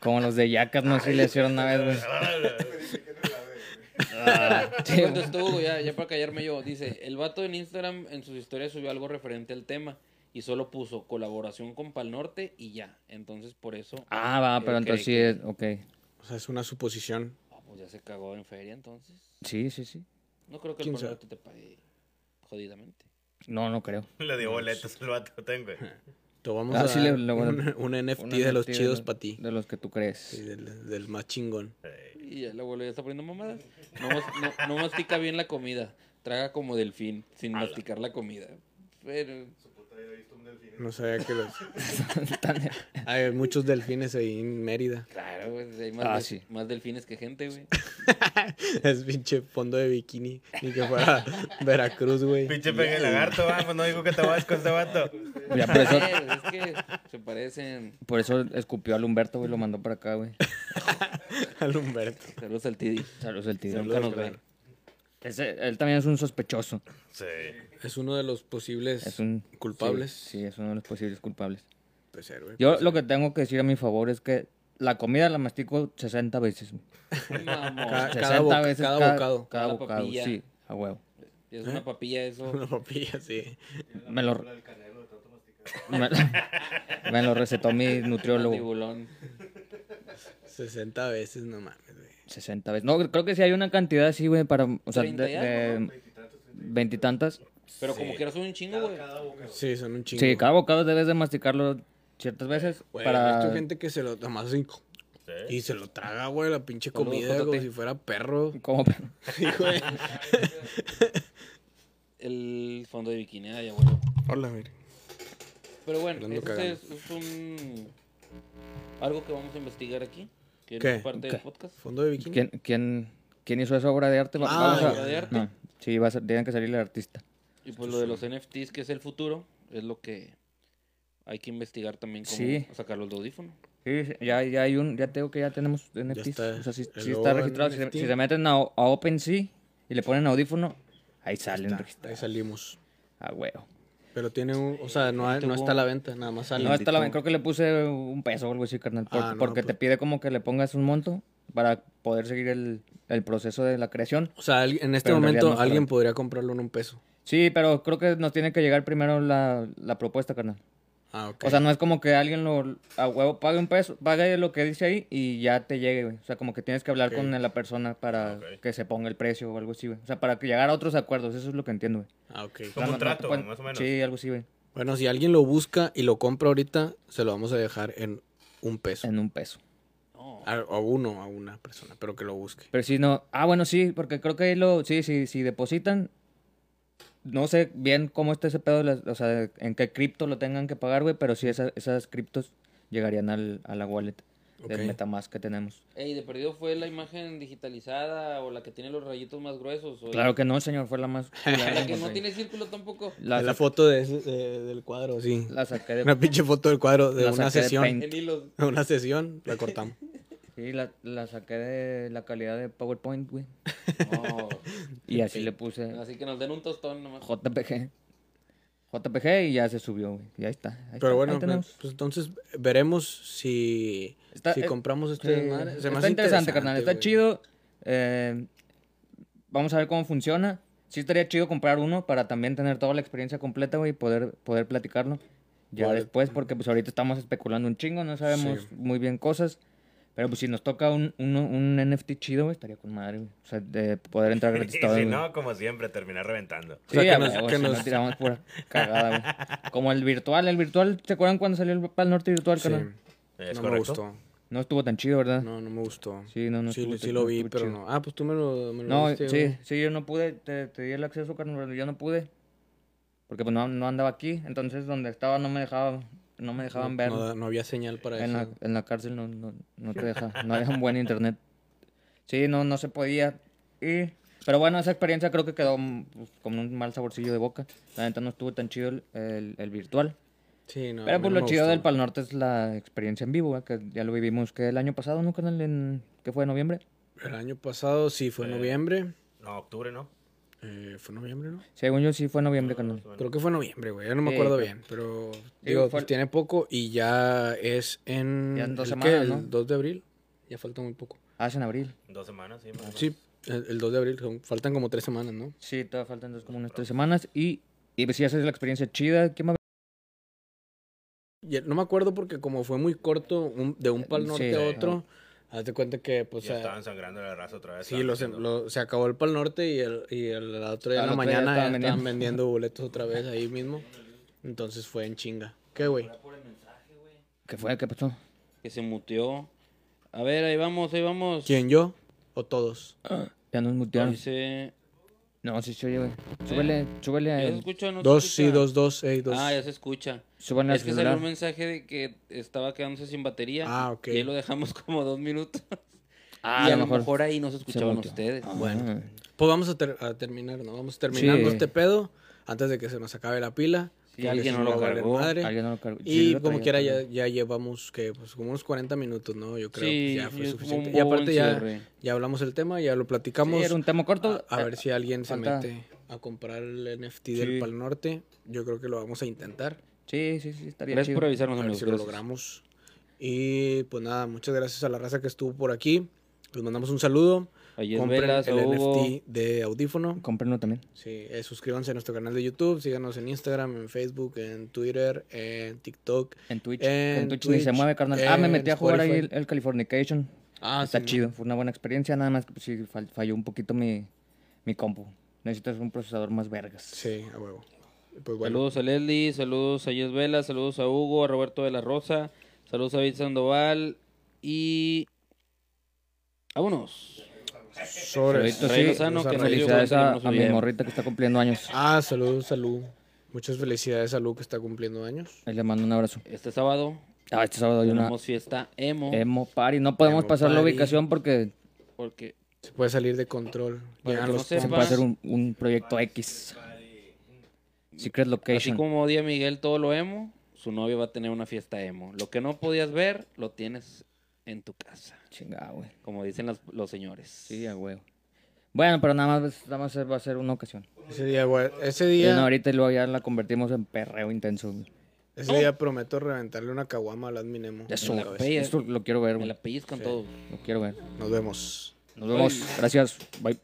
[SPEAKER 2] Como los de yacas, no sé si le hicieron una vez, güey. Ah, sí, güey.
[SPEAKER 4] Cuentas tú, ya, ya para callarme yo. Dice, el vato en Instagram en sus historias subió algo referente al tema y solo puso colaboración con Pal Norte y ya. Entonces, por eso...
[SPEAKER 2] Ah, va, pero
[SPEAKER 4] Ok.
[SPEAKER 2] entonces sí es. Ok.
[SPEAKER 1] O sea, es una suposición.
[SPEAKER 4] Ah, pues ya se cagó en feria entonces.
[SPEAKER 2] Sí, sí, sí.
[SPEAKER 4] No creo que el
[SPEAKER 1] ¿Quién
[SPEAKER 4] Pal
[SPEAKER 1] sabe?
[SPEAKER 4] Norte te pague jodidamente.
[SPEAKER 2] No, no creo.
[SPEAKER 3] *laughs* Le dio boletos al vato, tengo.
[SPEAKER 1] Te vamos
[SPEAKER 2] Ah,
[SPEAKER 1] a
[SPEAKER 2] sí,
[SPEAKER 1] dar
[SPEAKER 2] le- le voy a-
[SPEAKER 1] un, un NFT
[SPEAKER 2] Un
[SPEAKER 1] de los
[SPEAKER 2] NFT
[SPEAKER 1] chidos para ti.
[SPEAKER 2] De los que tú crees.
[SPEAKER 1] Sí, del, del más chingón.
[SPEAKER 4] Y el abuelo ya está poniendo mamadas. No, mas- no- no mastica bien la comida. Traga como delfín, sin masticar la comida. Pero
[SPEAKER 1] No sabía que los...
[SPEAKER 2] Tan-
[SPEAKER 1] Hay muchos delfines ahí en Mérida. *laughs*
[SPEAKER 4] claro, güey, pues, hay más,
[SPEAKER 2] Ah,
[SPEAKER 4] del-
[SPEAKER 2] sí.
[SPEAKER 4] más delfines que gente, güey.
[SPEAKER 1] Es pinche fondo de bikini. Ni que
[SPEAKER 2] *laughs*
[SPEAKER 1] fuera Veracruz, güey. *laughs*
[SPEAKER 3] Pinche pegue lagarto, vamos, no digo que te vas con este vato.
[SPEAKER 2] *laughs* Ya, por, eso,
[SPEAKER 4] Eh, es que se parecen.
[SPEAKER 2] por eso escupió al Humberto, güey, lo mandó para acá, güey.
[SPEAKER 1] Al Humberto.
[SPEAKER 4] Saludos al Tidi.
[SPEAKER 2] Saludos el tío.
[SPEAKER 4] Nunca nos ven.
[SPEAKER 2] Ese- él también es un sospechoso.
[SPEAKER 3] Sí.
[SPEAKER 1] Es uno de los posibles
[SPEAKER 2] Es un...
[SPEAKER 1] culpables. Pues,
[SPEAKER 2] Sí, sí, es uno de los posibles culpables.
[SPEAKER 1] Puede ser, güey.
[SPEAKER 2] Yo lo que tengo que decir a mi favor es que la comida la mastico 60 veces. güey.
[SPEAKER 4] Mamón.
[SPEAKER 1] Ca- cada
[SPEAKER 2] 60
[SPEAKER 1] boca-
[SPEAKER 2] veces
[SPEAKER 1] cada bocado.
[SPEAKER 2] Cada,
[SPEAKER 4] Cada
[SPEAKER 2] bocado,
[SPEAKER 4] papilla.
[SPEAKER 2] sí. A huevo.
[SPEAKER 4] Es una
[SPEAKER 1] *laughs*
[SPEAKER 4] papilla eso.
[SPEAKER 1] *laughs* Una papilla, sí.
[SPEAKER 2] Me lo,
[SPEAKER 5] El canelo de tanto masticar.
[SPEAKER 2] me, lo- *laughs* me lo
[SPEAKER 5] *laughs*
[SPEAKER 2] recetó mi nutriólogo.
[SPEAKER 4] Mandibulón.
[SPEAKER 1] 60 veces, no mames, güey.
[SPEAKER 2] 60 veces. No, creo que sí hay una cantidad así, güey, para... O sea, de-
[SPEAKER 4] 30 y algo,
[SPEAKER 2] de veintitantas.
[SPEAKER 4] Pero como quieras un chingo, güey.
[SPEAKER 1] Sí, son un chingo.
[SPEAKER 2] Sí, cada bocado debes de masticarlo ciertas veces
[SPEAKER 1] Güey, he
[SPEAKER 2] para...
[SPEAKER 1] visto gente que se lo toma así
[SPEAKER 3] Sí.
[SPEAKER 1] y se lo traga, güey, la pinche
[SPEAKER 4] Saludos,
[SPEAKER 1] comida como
[SPEAKER 4] Jotote.
[SPEAKER 1] si fuera perro.
[SPEAKER 2] ¿Cómo?
[SPEAKER 1] Sí, güey.
[SPEAKER 4] El fondo de bikini, ay, abuelo.
[SPEAKER 1] Hola, mire.
[SPEAKER 4] Pero bueno,
[SPEAKER 1] Hablando
[SPEAKER 4] eso
[SPEAKER 1] cagando.
[SPEAKER 4] es, es un. Algo que vamos a investigar aquí. Que
[SPEAKER 1] ¿Qué?
[SPEAKER 4] es parte del
[SPEAKER 2] ¿Qué?
[SPEAKER 4] podcast.
[SPEAKER 1] Fondo de bikini.
[SPEAKER 2] ¿Quién, quién, quién hizo esa obra de arte? Va-
[SPEAKER 1] Ah,
[SPEAKER 2] vamos a-
[SPEAKER 4] obra de arte.
[SPEAKER 2] No, sí, va a ser- tiene que salir el artista.
[SPEAKER 4] Y pues lo de los NFTs, que es el futuro, es lo que hay que investigar también cómo
[SPEAKER 2] Sí.
[SPEAKER 4] sacarlos de audífono.
[SPEAKER 2] Sí, sí, ya, ya hay un, ya tengo que ya tenemos NFTs.
[SPEAKER 1] está
[SPEAKER 2] o sea, sí,
[SPEAKER 1] el
[SPEAKER 2] sí
[SPEAKER 1] logo
[SPEAKER 2] está
[SPEAKER 1] en
[SPEAKER 2] registrado. Si se,
[SPEAKER 1] NFT.
[SPEAKER 2] si se meten a, a OpenSea y le ponen audífono, ahí salen
[SPEAKER 1] Está, ahí
[SPEAKER 2] registrados.
[SPEAKER 1] salimos.
[SPEAKER 2] Ah, huevo.
[SPEAKER 1] Pero tiene un, o sea, no, hay- no está a la venta, nada más sale.
[SPEAKER 2] No, está la, creo que le puse un peso o algo así, carnal. por-
[SPEAKER 1] Ah, no,
[SPEAKER 2] porque te
[SPEAKER 1] pues.
[SPEAKER 2] pide como que le pongas un monto para poder seguir el, el proceso de la creación.
[SPEAKER 1] O sea, al- en este
[SPEAKER 2] Pero en realidad
[SPEAKER 1] momento
[SPEAKER 2] no está
[SPEAKER 1] alguien
[SPEAKER 2] la-
[SPEAKER 1] podría comprarlo en un peso.
[SPEAKER 2] Sí, pero creo que nos tiene que llegar primero la, la propuesta, carnal.
[SPEAKER 1] Ah, ok.
[SPEAKER 2] O sea, no es como que alguien lo a huevo pague un peso, pague lo que dice ahí y ya te llegue, güey. O sea, como que tienes que hablar
[SPEAKER 1] Ok.
[SPEAKER 2] con la persona para
[SPEAKER 3] Ok.
[SPEAKER 2] que se ponga el precio o algo así, güey. O sea, para que llegar a otros acuerdos, eso es lo que entiendo, güey.
[SPEAKER 1] Ah, ok.
[SPEAKER 2] O sea,
[SPEAKER 3] Como un
[SPEAKER 2] no- no te
[SPEAKER 3] trato, más o menos.
[SPEAKER 2] Sí, algo así, güey.
[SPEAKER 1] Bueno, si alguien lo busca y lo compra ahorita, se lo vamos a dejar en un peso.
[SPEAKER 2] En un peso.
[SPEAKER 1] A, a uno, a una persona, pero que lo busque.
[SPEAKER 2] Pero si no, ah, bueno, sí, porque creo que ahí lo, sí, sí, si depositan, no sé bien cómo está ese pedo, de las- o sea, en qué cripto lo tengan que pagar, güey, pero sí esa- esas criptos llegarían al, a la wallet
[SPEAKER 1] Ok.
[SPEAKER 2] del Metamask que tenemos.
[SPEAKER 4] Ey, de perdido fue la imagen digitalizada o la que tiene los rayitos más gruesos. o-
[SPEAKER 2] Claro que no, señor, fue la más...
[SPEAKER 4] La
[SPEAKER 2] culera que
[SPEAKER 4] que no
[SPEAKER 2] encontré.
[SPEAKER 4] tiene círculo tampoco.
[SPEAKER 1] Es la
[SPEAKER 2] la,
[SPEAKER 1] foto de ese- de- del cuadro, sí.
[SPEAKER 2] la saqué de...
[SPEAKER 1] Una pinche foto del cuadro de
[SPEAKER 2] La
[SPEAKER 1] una
[SPEAKER 2] saqué de
[SPEAKER 1] sesión.
[SPEAKER 2] Paint.
[SPEAKER 4] En hilos.
[SPEAKER 1] una sesión, la cortamos.
[SPEAKER 2] *laughs* Sí, la, la saqué de la calidad de PowerPoint, güey.
[SPEAKER 4] No,
[SPEAKER 2] Y así le puse
[SPEAKER 4] así que nos den un tostón nomás.
[SPEAKER 2] JPG. JPG y ya se subió, güey. Y ahí está. ahí está,
[SPEAKER 1] Pero bueno,
[SPEAKER 2] ahí tenemos.
[SPEAKER 1] pues, pues entonces veremos si,
[SPEAKER 2] Está-
[SPEAKER 1] si
[SPEAKER 2] eh,
[SPEAKER 1] compramos este
[SPEAKER 2] Sí.
[SPEAKER 1] desmadre. Se me
[SPEAKER 2] Está
[SPEAKER 1] hace
[SPEAKER 2] interesante, carnal. Está
[SPEAKER 1] güey.
[SPEAKER 2] chido. Eh, vamos a ver cómo funciona. Sí estaría chido comprar uno para también tener toda la experiencia completa, güey, y poder, poder platicarlo. Ya
[SPEAKER 1] Vale.
[SPEAKER 2] después, porque pues ahorita estamos especulando un chingo, no sabemos
[SPEAKER 1] Sí.
[SPEAKER 2] muy bien cosas. Pero pues si nos toca un, uno- un NFT chido, güey, estaría con madre, güey. O sea, de poder entrar
[SPEAKER 1] *laughs*
[SPEAKER 3] Y
[SPEAKER 2] gratis todo,
[SPEAKER 3] si
[SPEAKER 2] güey.
[SPEAKER 3] no, como siempre, terminar reventando.
[SPEAKER 1] O sea,
[SPEAKER 2] Sí,
[SPEAKER 1] que
[SPEAKER 2] a
[SPEAKER 1] nos-
[SPEAKER 2] huevo,
[SPEAKER 1] que
[SPEAKER 2] si no
[SPEAKER 1] nos- *laughs*
[SPEAKER 2] tiramos pura cagada, güey. Como el virtual, el virtual, ¿se acuerdan cuando salió el Pal Norte virtual,
[SPEAKER 1] Sí,
[SPEAKER 2] carnal?
[SPEAKER 3] ¿Es
[SPEAKER 1] no me
[SPEAKER 3] correcto?
[SPEAKER 1] gustó.
[SPEAKER 2] No estuvo tan chido, ¿verdad?
[SPEAKER 1] No, no me gustó.
[SPEAKER 2] Sí, no, no
[SPEAKER 1] sí,
[SPEAKER 2] estuvo-
[SPEAKER 1] sí lo vi,
[SPEAKER 2] estuvo
[SPEAKER 1] pero
[SPEAKER 2] chido.
[SPEAKER 1] no. Ah, pues tú me lo, me lo
[SPEAKER 2] No,
[SPEAKER 1] diste,
[SPEAKER 2] sí,
[SPEAKER 1] güey.
[SPEAKER 2] sí, yo no pude, te, te di el acceso, carnal, pero yo no pude. Porque pues no, no andaba aquí, entonces donde estaba no me dejaba, no me dejaban ver.
[SPEAKER 1] No, no había señal para
[SPEAKER 2] en, la,
[SPEAKER 1] eso.
[SPEAKER 2] en la cárcel no, no, no te deja, no había un buen internet. Sí, no, no se podía. Y, pero bueno, esa experiencia creo que quedó mm, pues, con un mal saborcillo de boca. La neta no estuvo tan chido el, el- el virtual.
[SPEAKER 1] Sí, no, a
[SPEAKER 2] pero
[SPEAKER 1] mí
[SPEAKER 2] pues
[SPEAKER 1] no
[SPEAKER 2] lo
[SPEAKER 1] me
[SPEAKER 2] chido
[SPEAKER 1] gustó.
[SPEAKER 2] del Pal Norte es la experiencia en vivo, ¿eh? que ya lo vivimos que el año pasado, ¿no, carnal? En, ¿Qué fue? ¿Noviembre?
[SPEAKER 1] El año pasado sí fue en
[SPEAKER 3] Eh.
[SPEAKER 1] noviembre.
[SPEAKER 3] No, octubre, ¿no?
[SPEAKER 1] Eh, ¿Fue noviembre, no?
[SPEAKER 2] Según yo sí fue noviembre, carnal.
[SPEAKER 1] Creo que fue noviembre, güey. Ya no me
[SPEAKER 2] Sí,
[SPEAKER 1] acuerdo
[SPEAKER 2] creo-
[SPEAKER 1] bien. Pero, digo,
[SPEAKER 2] fue
[SPEAKER 1] pues
[SPEAKER 2] el-
[SPEAKER 1] tiene poco y ya es en.
[SPEAKER 2] Ya en dos
[SPEAKER 1] ¿el qué?
[SPEAKER 2] semanas,
[SPEAKER 1] ¿El
[SPEAKER 2] ¿no?
[SPEAKER 1] 2 de abril. Ya falta muy poco.
[SPEAKER 2] Ah, es en abril.
[SPEAKER 3] Dos semanas, sí. más o menos.
[SPEAKER 1] Sí, el, el 2 de abril. son- Faltan como tres semanas, ¿no?
[SPEAKER 2] Sí, todavía faltan dos, como unas tres semanas. Y, y pues, si haces la experiencia chida, ¿qué más?
[SPEAKER 1] Y el- no me acuerdo porque, como fue muy corto, un- de un pal
[SPEAKER 2] Sí,
[SPEAKER 1] norte a
[SPEAKER 2] ajá.
[SPEAKER 1] otro, haz de cuenta que, pues.
[SPEAKER 3] ya
[SPEAKER 1] eh,
[SPEAKER 3] estaban sangrando la raza otra vez.
[SPEAKER 1] Sí,
[SPEAKER 3] estaban
[SPEAKER 1] los,
[SPEAKER 3] diciendo,
[SPEAKER 1] lo- se acabó el Pal Norte y el, y el otro día en la
[SPEAKER 2] Al otro día
[SPEAKER 1] mañana ya
[SPEAKER 2] estaban
[SPEAKER 1] estaban,
[SPEAKER 2] vendiendo. *laughs*
[SPEAKER 1] vendiendo boletos otra vez ahí mismo. Entonces fue en chinga. ¿Qué, güey?
[SPEAKER 2] ¿Qué fue? ¿Qué pasó?
[SPEAKER 4] Que se muteó. A ver, ahí vamos, ahí vamos.
[SPEAKER 1] ¿Quién, yo o todos?
[SPEAKER 2] Ya nos mutearon.
[SPEAKER 4] Dice.
[SPEAKER 2] No, sí se oye, güey. Súbele, súbele
[SPEAKER 4] ¿Ya se
[SPEAKER 2] al,
[SPEAKER 4] escucha o no se
[SPEAKER 1] Dos,
[SPEAKER 4] escucha?
[SPEAKER 1] sí, dos, dos, ey, dos.
[SPEAKER 4] Ah, ya se escucha.
[SPEAKER 2] súbele al
[SPEAKER 4] Es que salió
[SPEAKER 2] celular.
[SPEAKER 4] un mensaje de que estaba quedándose sin batería.
[SPEAKER 1] Ah, ok.
[SPEAKER 4] Y ahí lo dejamos *laughs* como dos minutos.
[SPEAKER 2] Ah,
[SPEAKER 4] y a lo mejor, ahí no se escuchaban
[SPEAKER 2] muteó.
[SPEAKER 4] ustedes.
[SPEAKER 1] Ah, Bueno,
[SPEAKER 2] Ah,
[SPEAKER 1] pues vamos a, ter- a terminar, ¿no? Vamos terminando este pedo antes de que se nos acabe la pila.
[SPEAKER 4] Sí,
[SPEAKER 1] porque
[SPEAKER 4] alguien
[SPEAKER 1] si
[SPEAKER 4] no lo
[SPEAKER 1] va a valer
[SPEAKER 4] cargó,
[SPEAKER 1] madre.
[SPEAKER 2] alguien no lo cargó. Sí,
[SPEAKER 1] Y
[SPEAKER 2] lo
[SPEAKER 1] como
[SPEAKER 2] traía,
[SPEAKER 1] quiera
[SPEAKER 2] pero-
[SPEAKER 1] ya, ya llevamos que pues como unos 40 minutos, ¿no? Yo creo
[SPEAKER 4] Sí,
[SPEAKER 1] que ya fue
[SPEAKER 4] sí, es como
[SPEAKER 1] suficiente.
[SPEAKER 4] un
[SPEAKER 1] Y aparte
[SPEAKER 4] buen
[SPEAKER 1] ya,
[SPEAKER 4] cierre.
[SPEAKER 1] ya hablamos el tema, ya lo platicamos.
[SPEAKER 2] Sí, era un tema corto.
[SPEAKER 1] A, a ver si alguien
[SPEAKER 2] falta-
[SPEAKER 1] se mete a comprar el NFT del
[SPEAKER 2] Sí.
[SPEAKER 1] Pal Norte. Yo creo que lo vamos a intentar.
[SPEAKER 2] Sí, sí, sí, estaría
[SPEAKER 4] Gracias
[SPEAKER 2] chido.
[SPEAKER 4] por avisarnos,
[SPEAKER 1] a ver
[SPEAKER 4] amigos.
[SPEAKER 1] si lo
[SPEAKER 4] gracias.
[SPEAKER 1] logramos. Y pues nada, muchas gracias a la raza que estuvo por aquí. Les mandamos un saludo.
[SPEAKER 4] Ahí es
[SPEAKER 1] Compren
[SPEAKER 4] Velas, a
[SPEAKER 1] el
[SPEAKER 4] Hugo.
[SPEAKER 1] NFT de audífono.
[SPEAKER 2] Comprenlo también.
[SPEAKER 1] Sí, eh, suscríbanse a nuestro canal de YouTube. Síganos en Instagram, en Facebook, en Twitter, en TikTok.
[SPEAKER 2] En Twitch.
[SPEAKER 1] En
[SPEAKER 2] En, Twitch, ni se
[SPEAKER 1] Twitch,
[SPEAKER 2] mueve, carnal. Ah, me
[SPEAKER 1] en
[SPEAKER 2] metí a jugar ahí el,
[SPEAKER 1] Spotify.
[SPEAKER 2] el Californication.
[SPEAKER 1] Ah,
[SPEAKER 2] Está chido, fue una buena experiencia. Nada más que pues, sí fal- falló un poquito mi, mi compu. Necesitas un procesador más vergas.
[SPEAKER 1] Sí, a huevo. Pues bueno,
[SPEAKER 4] Saludos a Leslie, saludos a Yes Vela, saludos a Hugo, a Roberto de la Rosa, saludos a David Sandoval y. ¡Vámonos!
[SPEAKER 1] sobres.
[SPEAKER 2] Saluditos,
[SPEAKER 4] Rey
[SPEAKER 2] sí.
[SPEAKER 4] Lozano, que nos
[SPEAKER 1] Rey.
[SPEAKER 4] dio
[SPEAKER 2] Felicidades a,
[SPEAKER 4] Nos
[SPEAKER 2] a mi
[SPEAKER 4] oyeron.
[SPEAKER 2] morrita que está cumpliendo años.
[SPEAKER 1] Ah, salud, salud. Muchas felicidades a Lu que está cumpliendo años.
[SPEAKER 2] Ahí le mando un abrazo.
[SPEAKER 4] Este sábado
[SPEAKER 2] Ah, este sábado hay una em-
[SPEAKER 4] tenemos fiesta emo,
[SPEAKER 2] emo party. No podemos
[SPEAKER 1] Emo
[SPEAKER 2] pasar la
[SPEAKER 1] party.
[SPEAKER 2] ubicación porque
[SPEAKER 4] porque
[SPEAKER 1] Se puede salir de control.
[SPEAKER 4] Para
[SPEAKER 1] Llegan
[SPEAKER 4] que no
[SPEAKER 1] los
[SPEAKER 4] sepa.
[SPEAKER 2] se
[SPEAKER 1] compas.
[SPEAKER 2] puede hacer un, un proyecto X. Secret
[SPEAKER 4] así
[SPEAKER 2] Location.
[SPEAKER 4] como odia Miguel todo lo emo, su novio va a tener una fiesta emo. Lo que no podías ver, lo tienes en tu casa,
[SPEAKER 2] Chingado, güey.
[SPEAKER 4] como dicen las- los señores.
[SPEAKER 2] Sí, a huevo. Bueno, pero nada más, pues, nada más va a ser una ocasión.
[SPEAKER 1] Ese día, güey, ese
[SPEAKER 2] Y
[SPEAKER 1] día,
[SPEAKER 2] una ahorita y luego ya la convertimos en perreo intenso. güey.
[SPEAKER 1] ese día prometo reventarle una caguama al adminemo.
[SPEAKER 2] Eso,
[SPEAKER 4] En la
[SPEAKER 2] güey.
[SPEAKER 4] pella.
[SPEAKER 2] Eso lo quiero ver,
[SPEAKER 4] Me
[SPEAKER 2] güey.
[SPEAKER 4] la pellizcan todos.
[SPEAKER 2] Lo quiero ver.
[SPEAKER 1] Nos vemos.
[SPEAKER 2] Nos vemos. Gracias. Bye.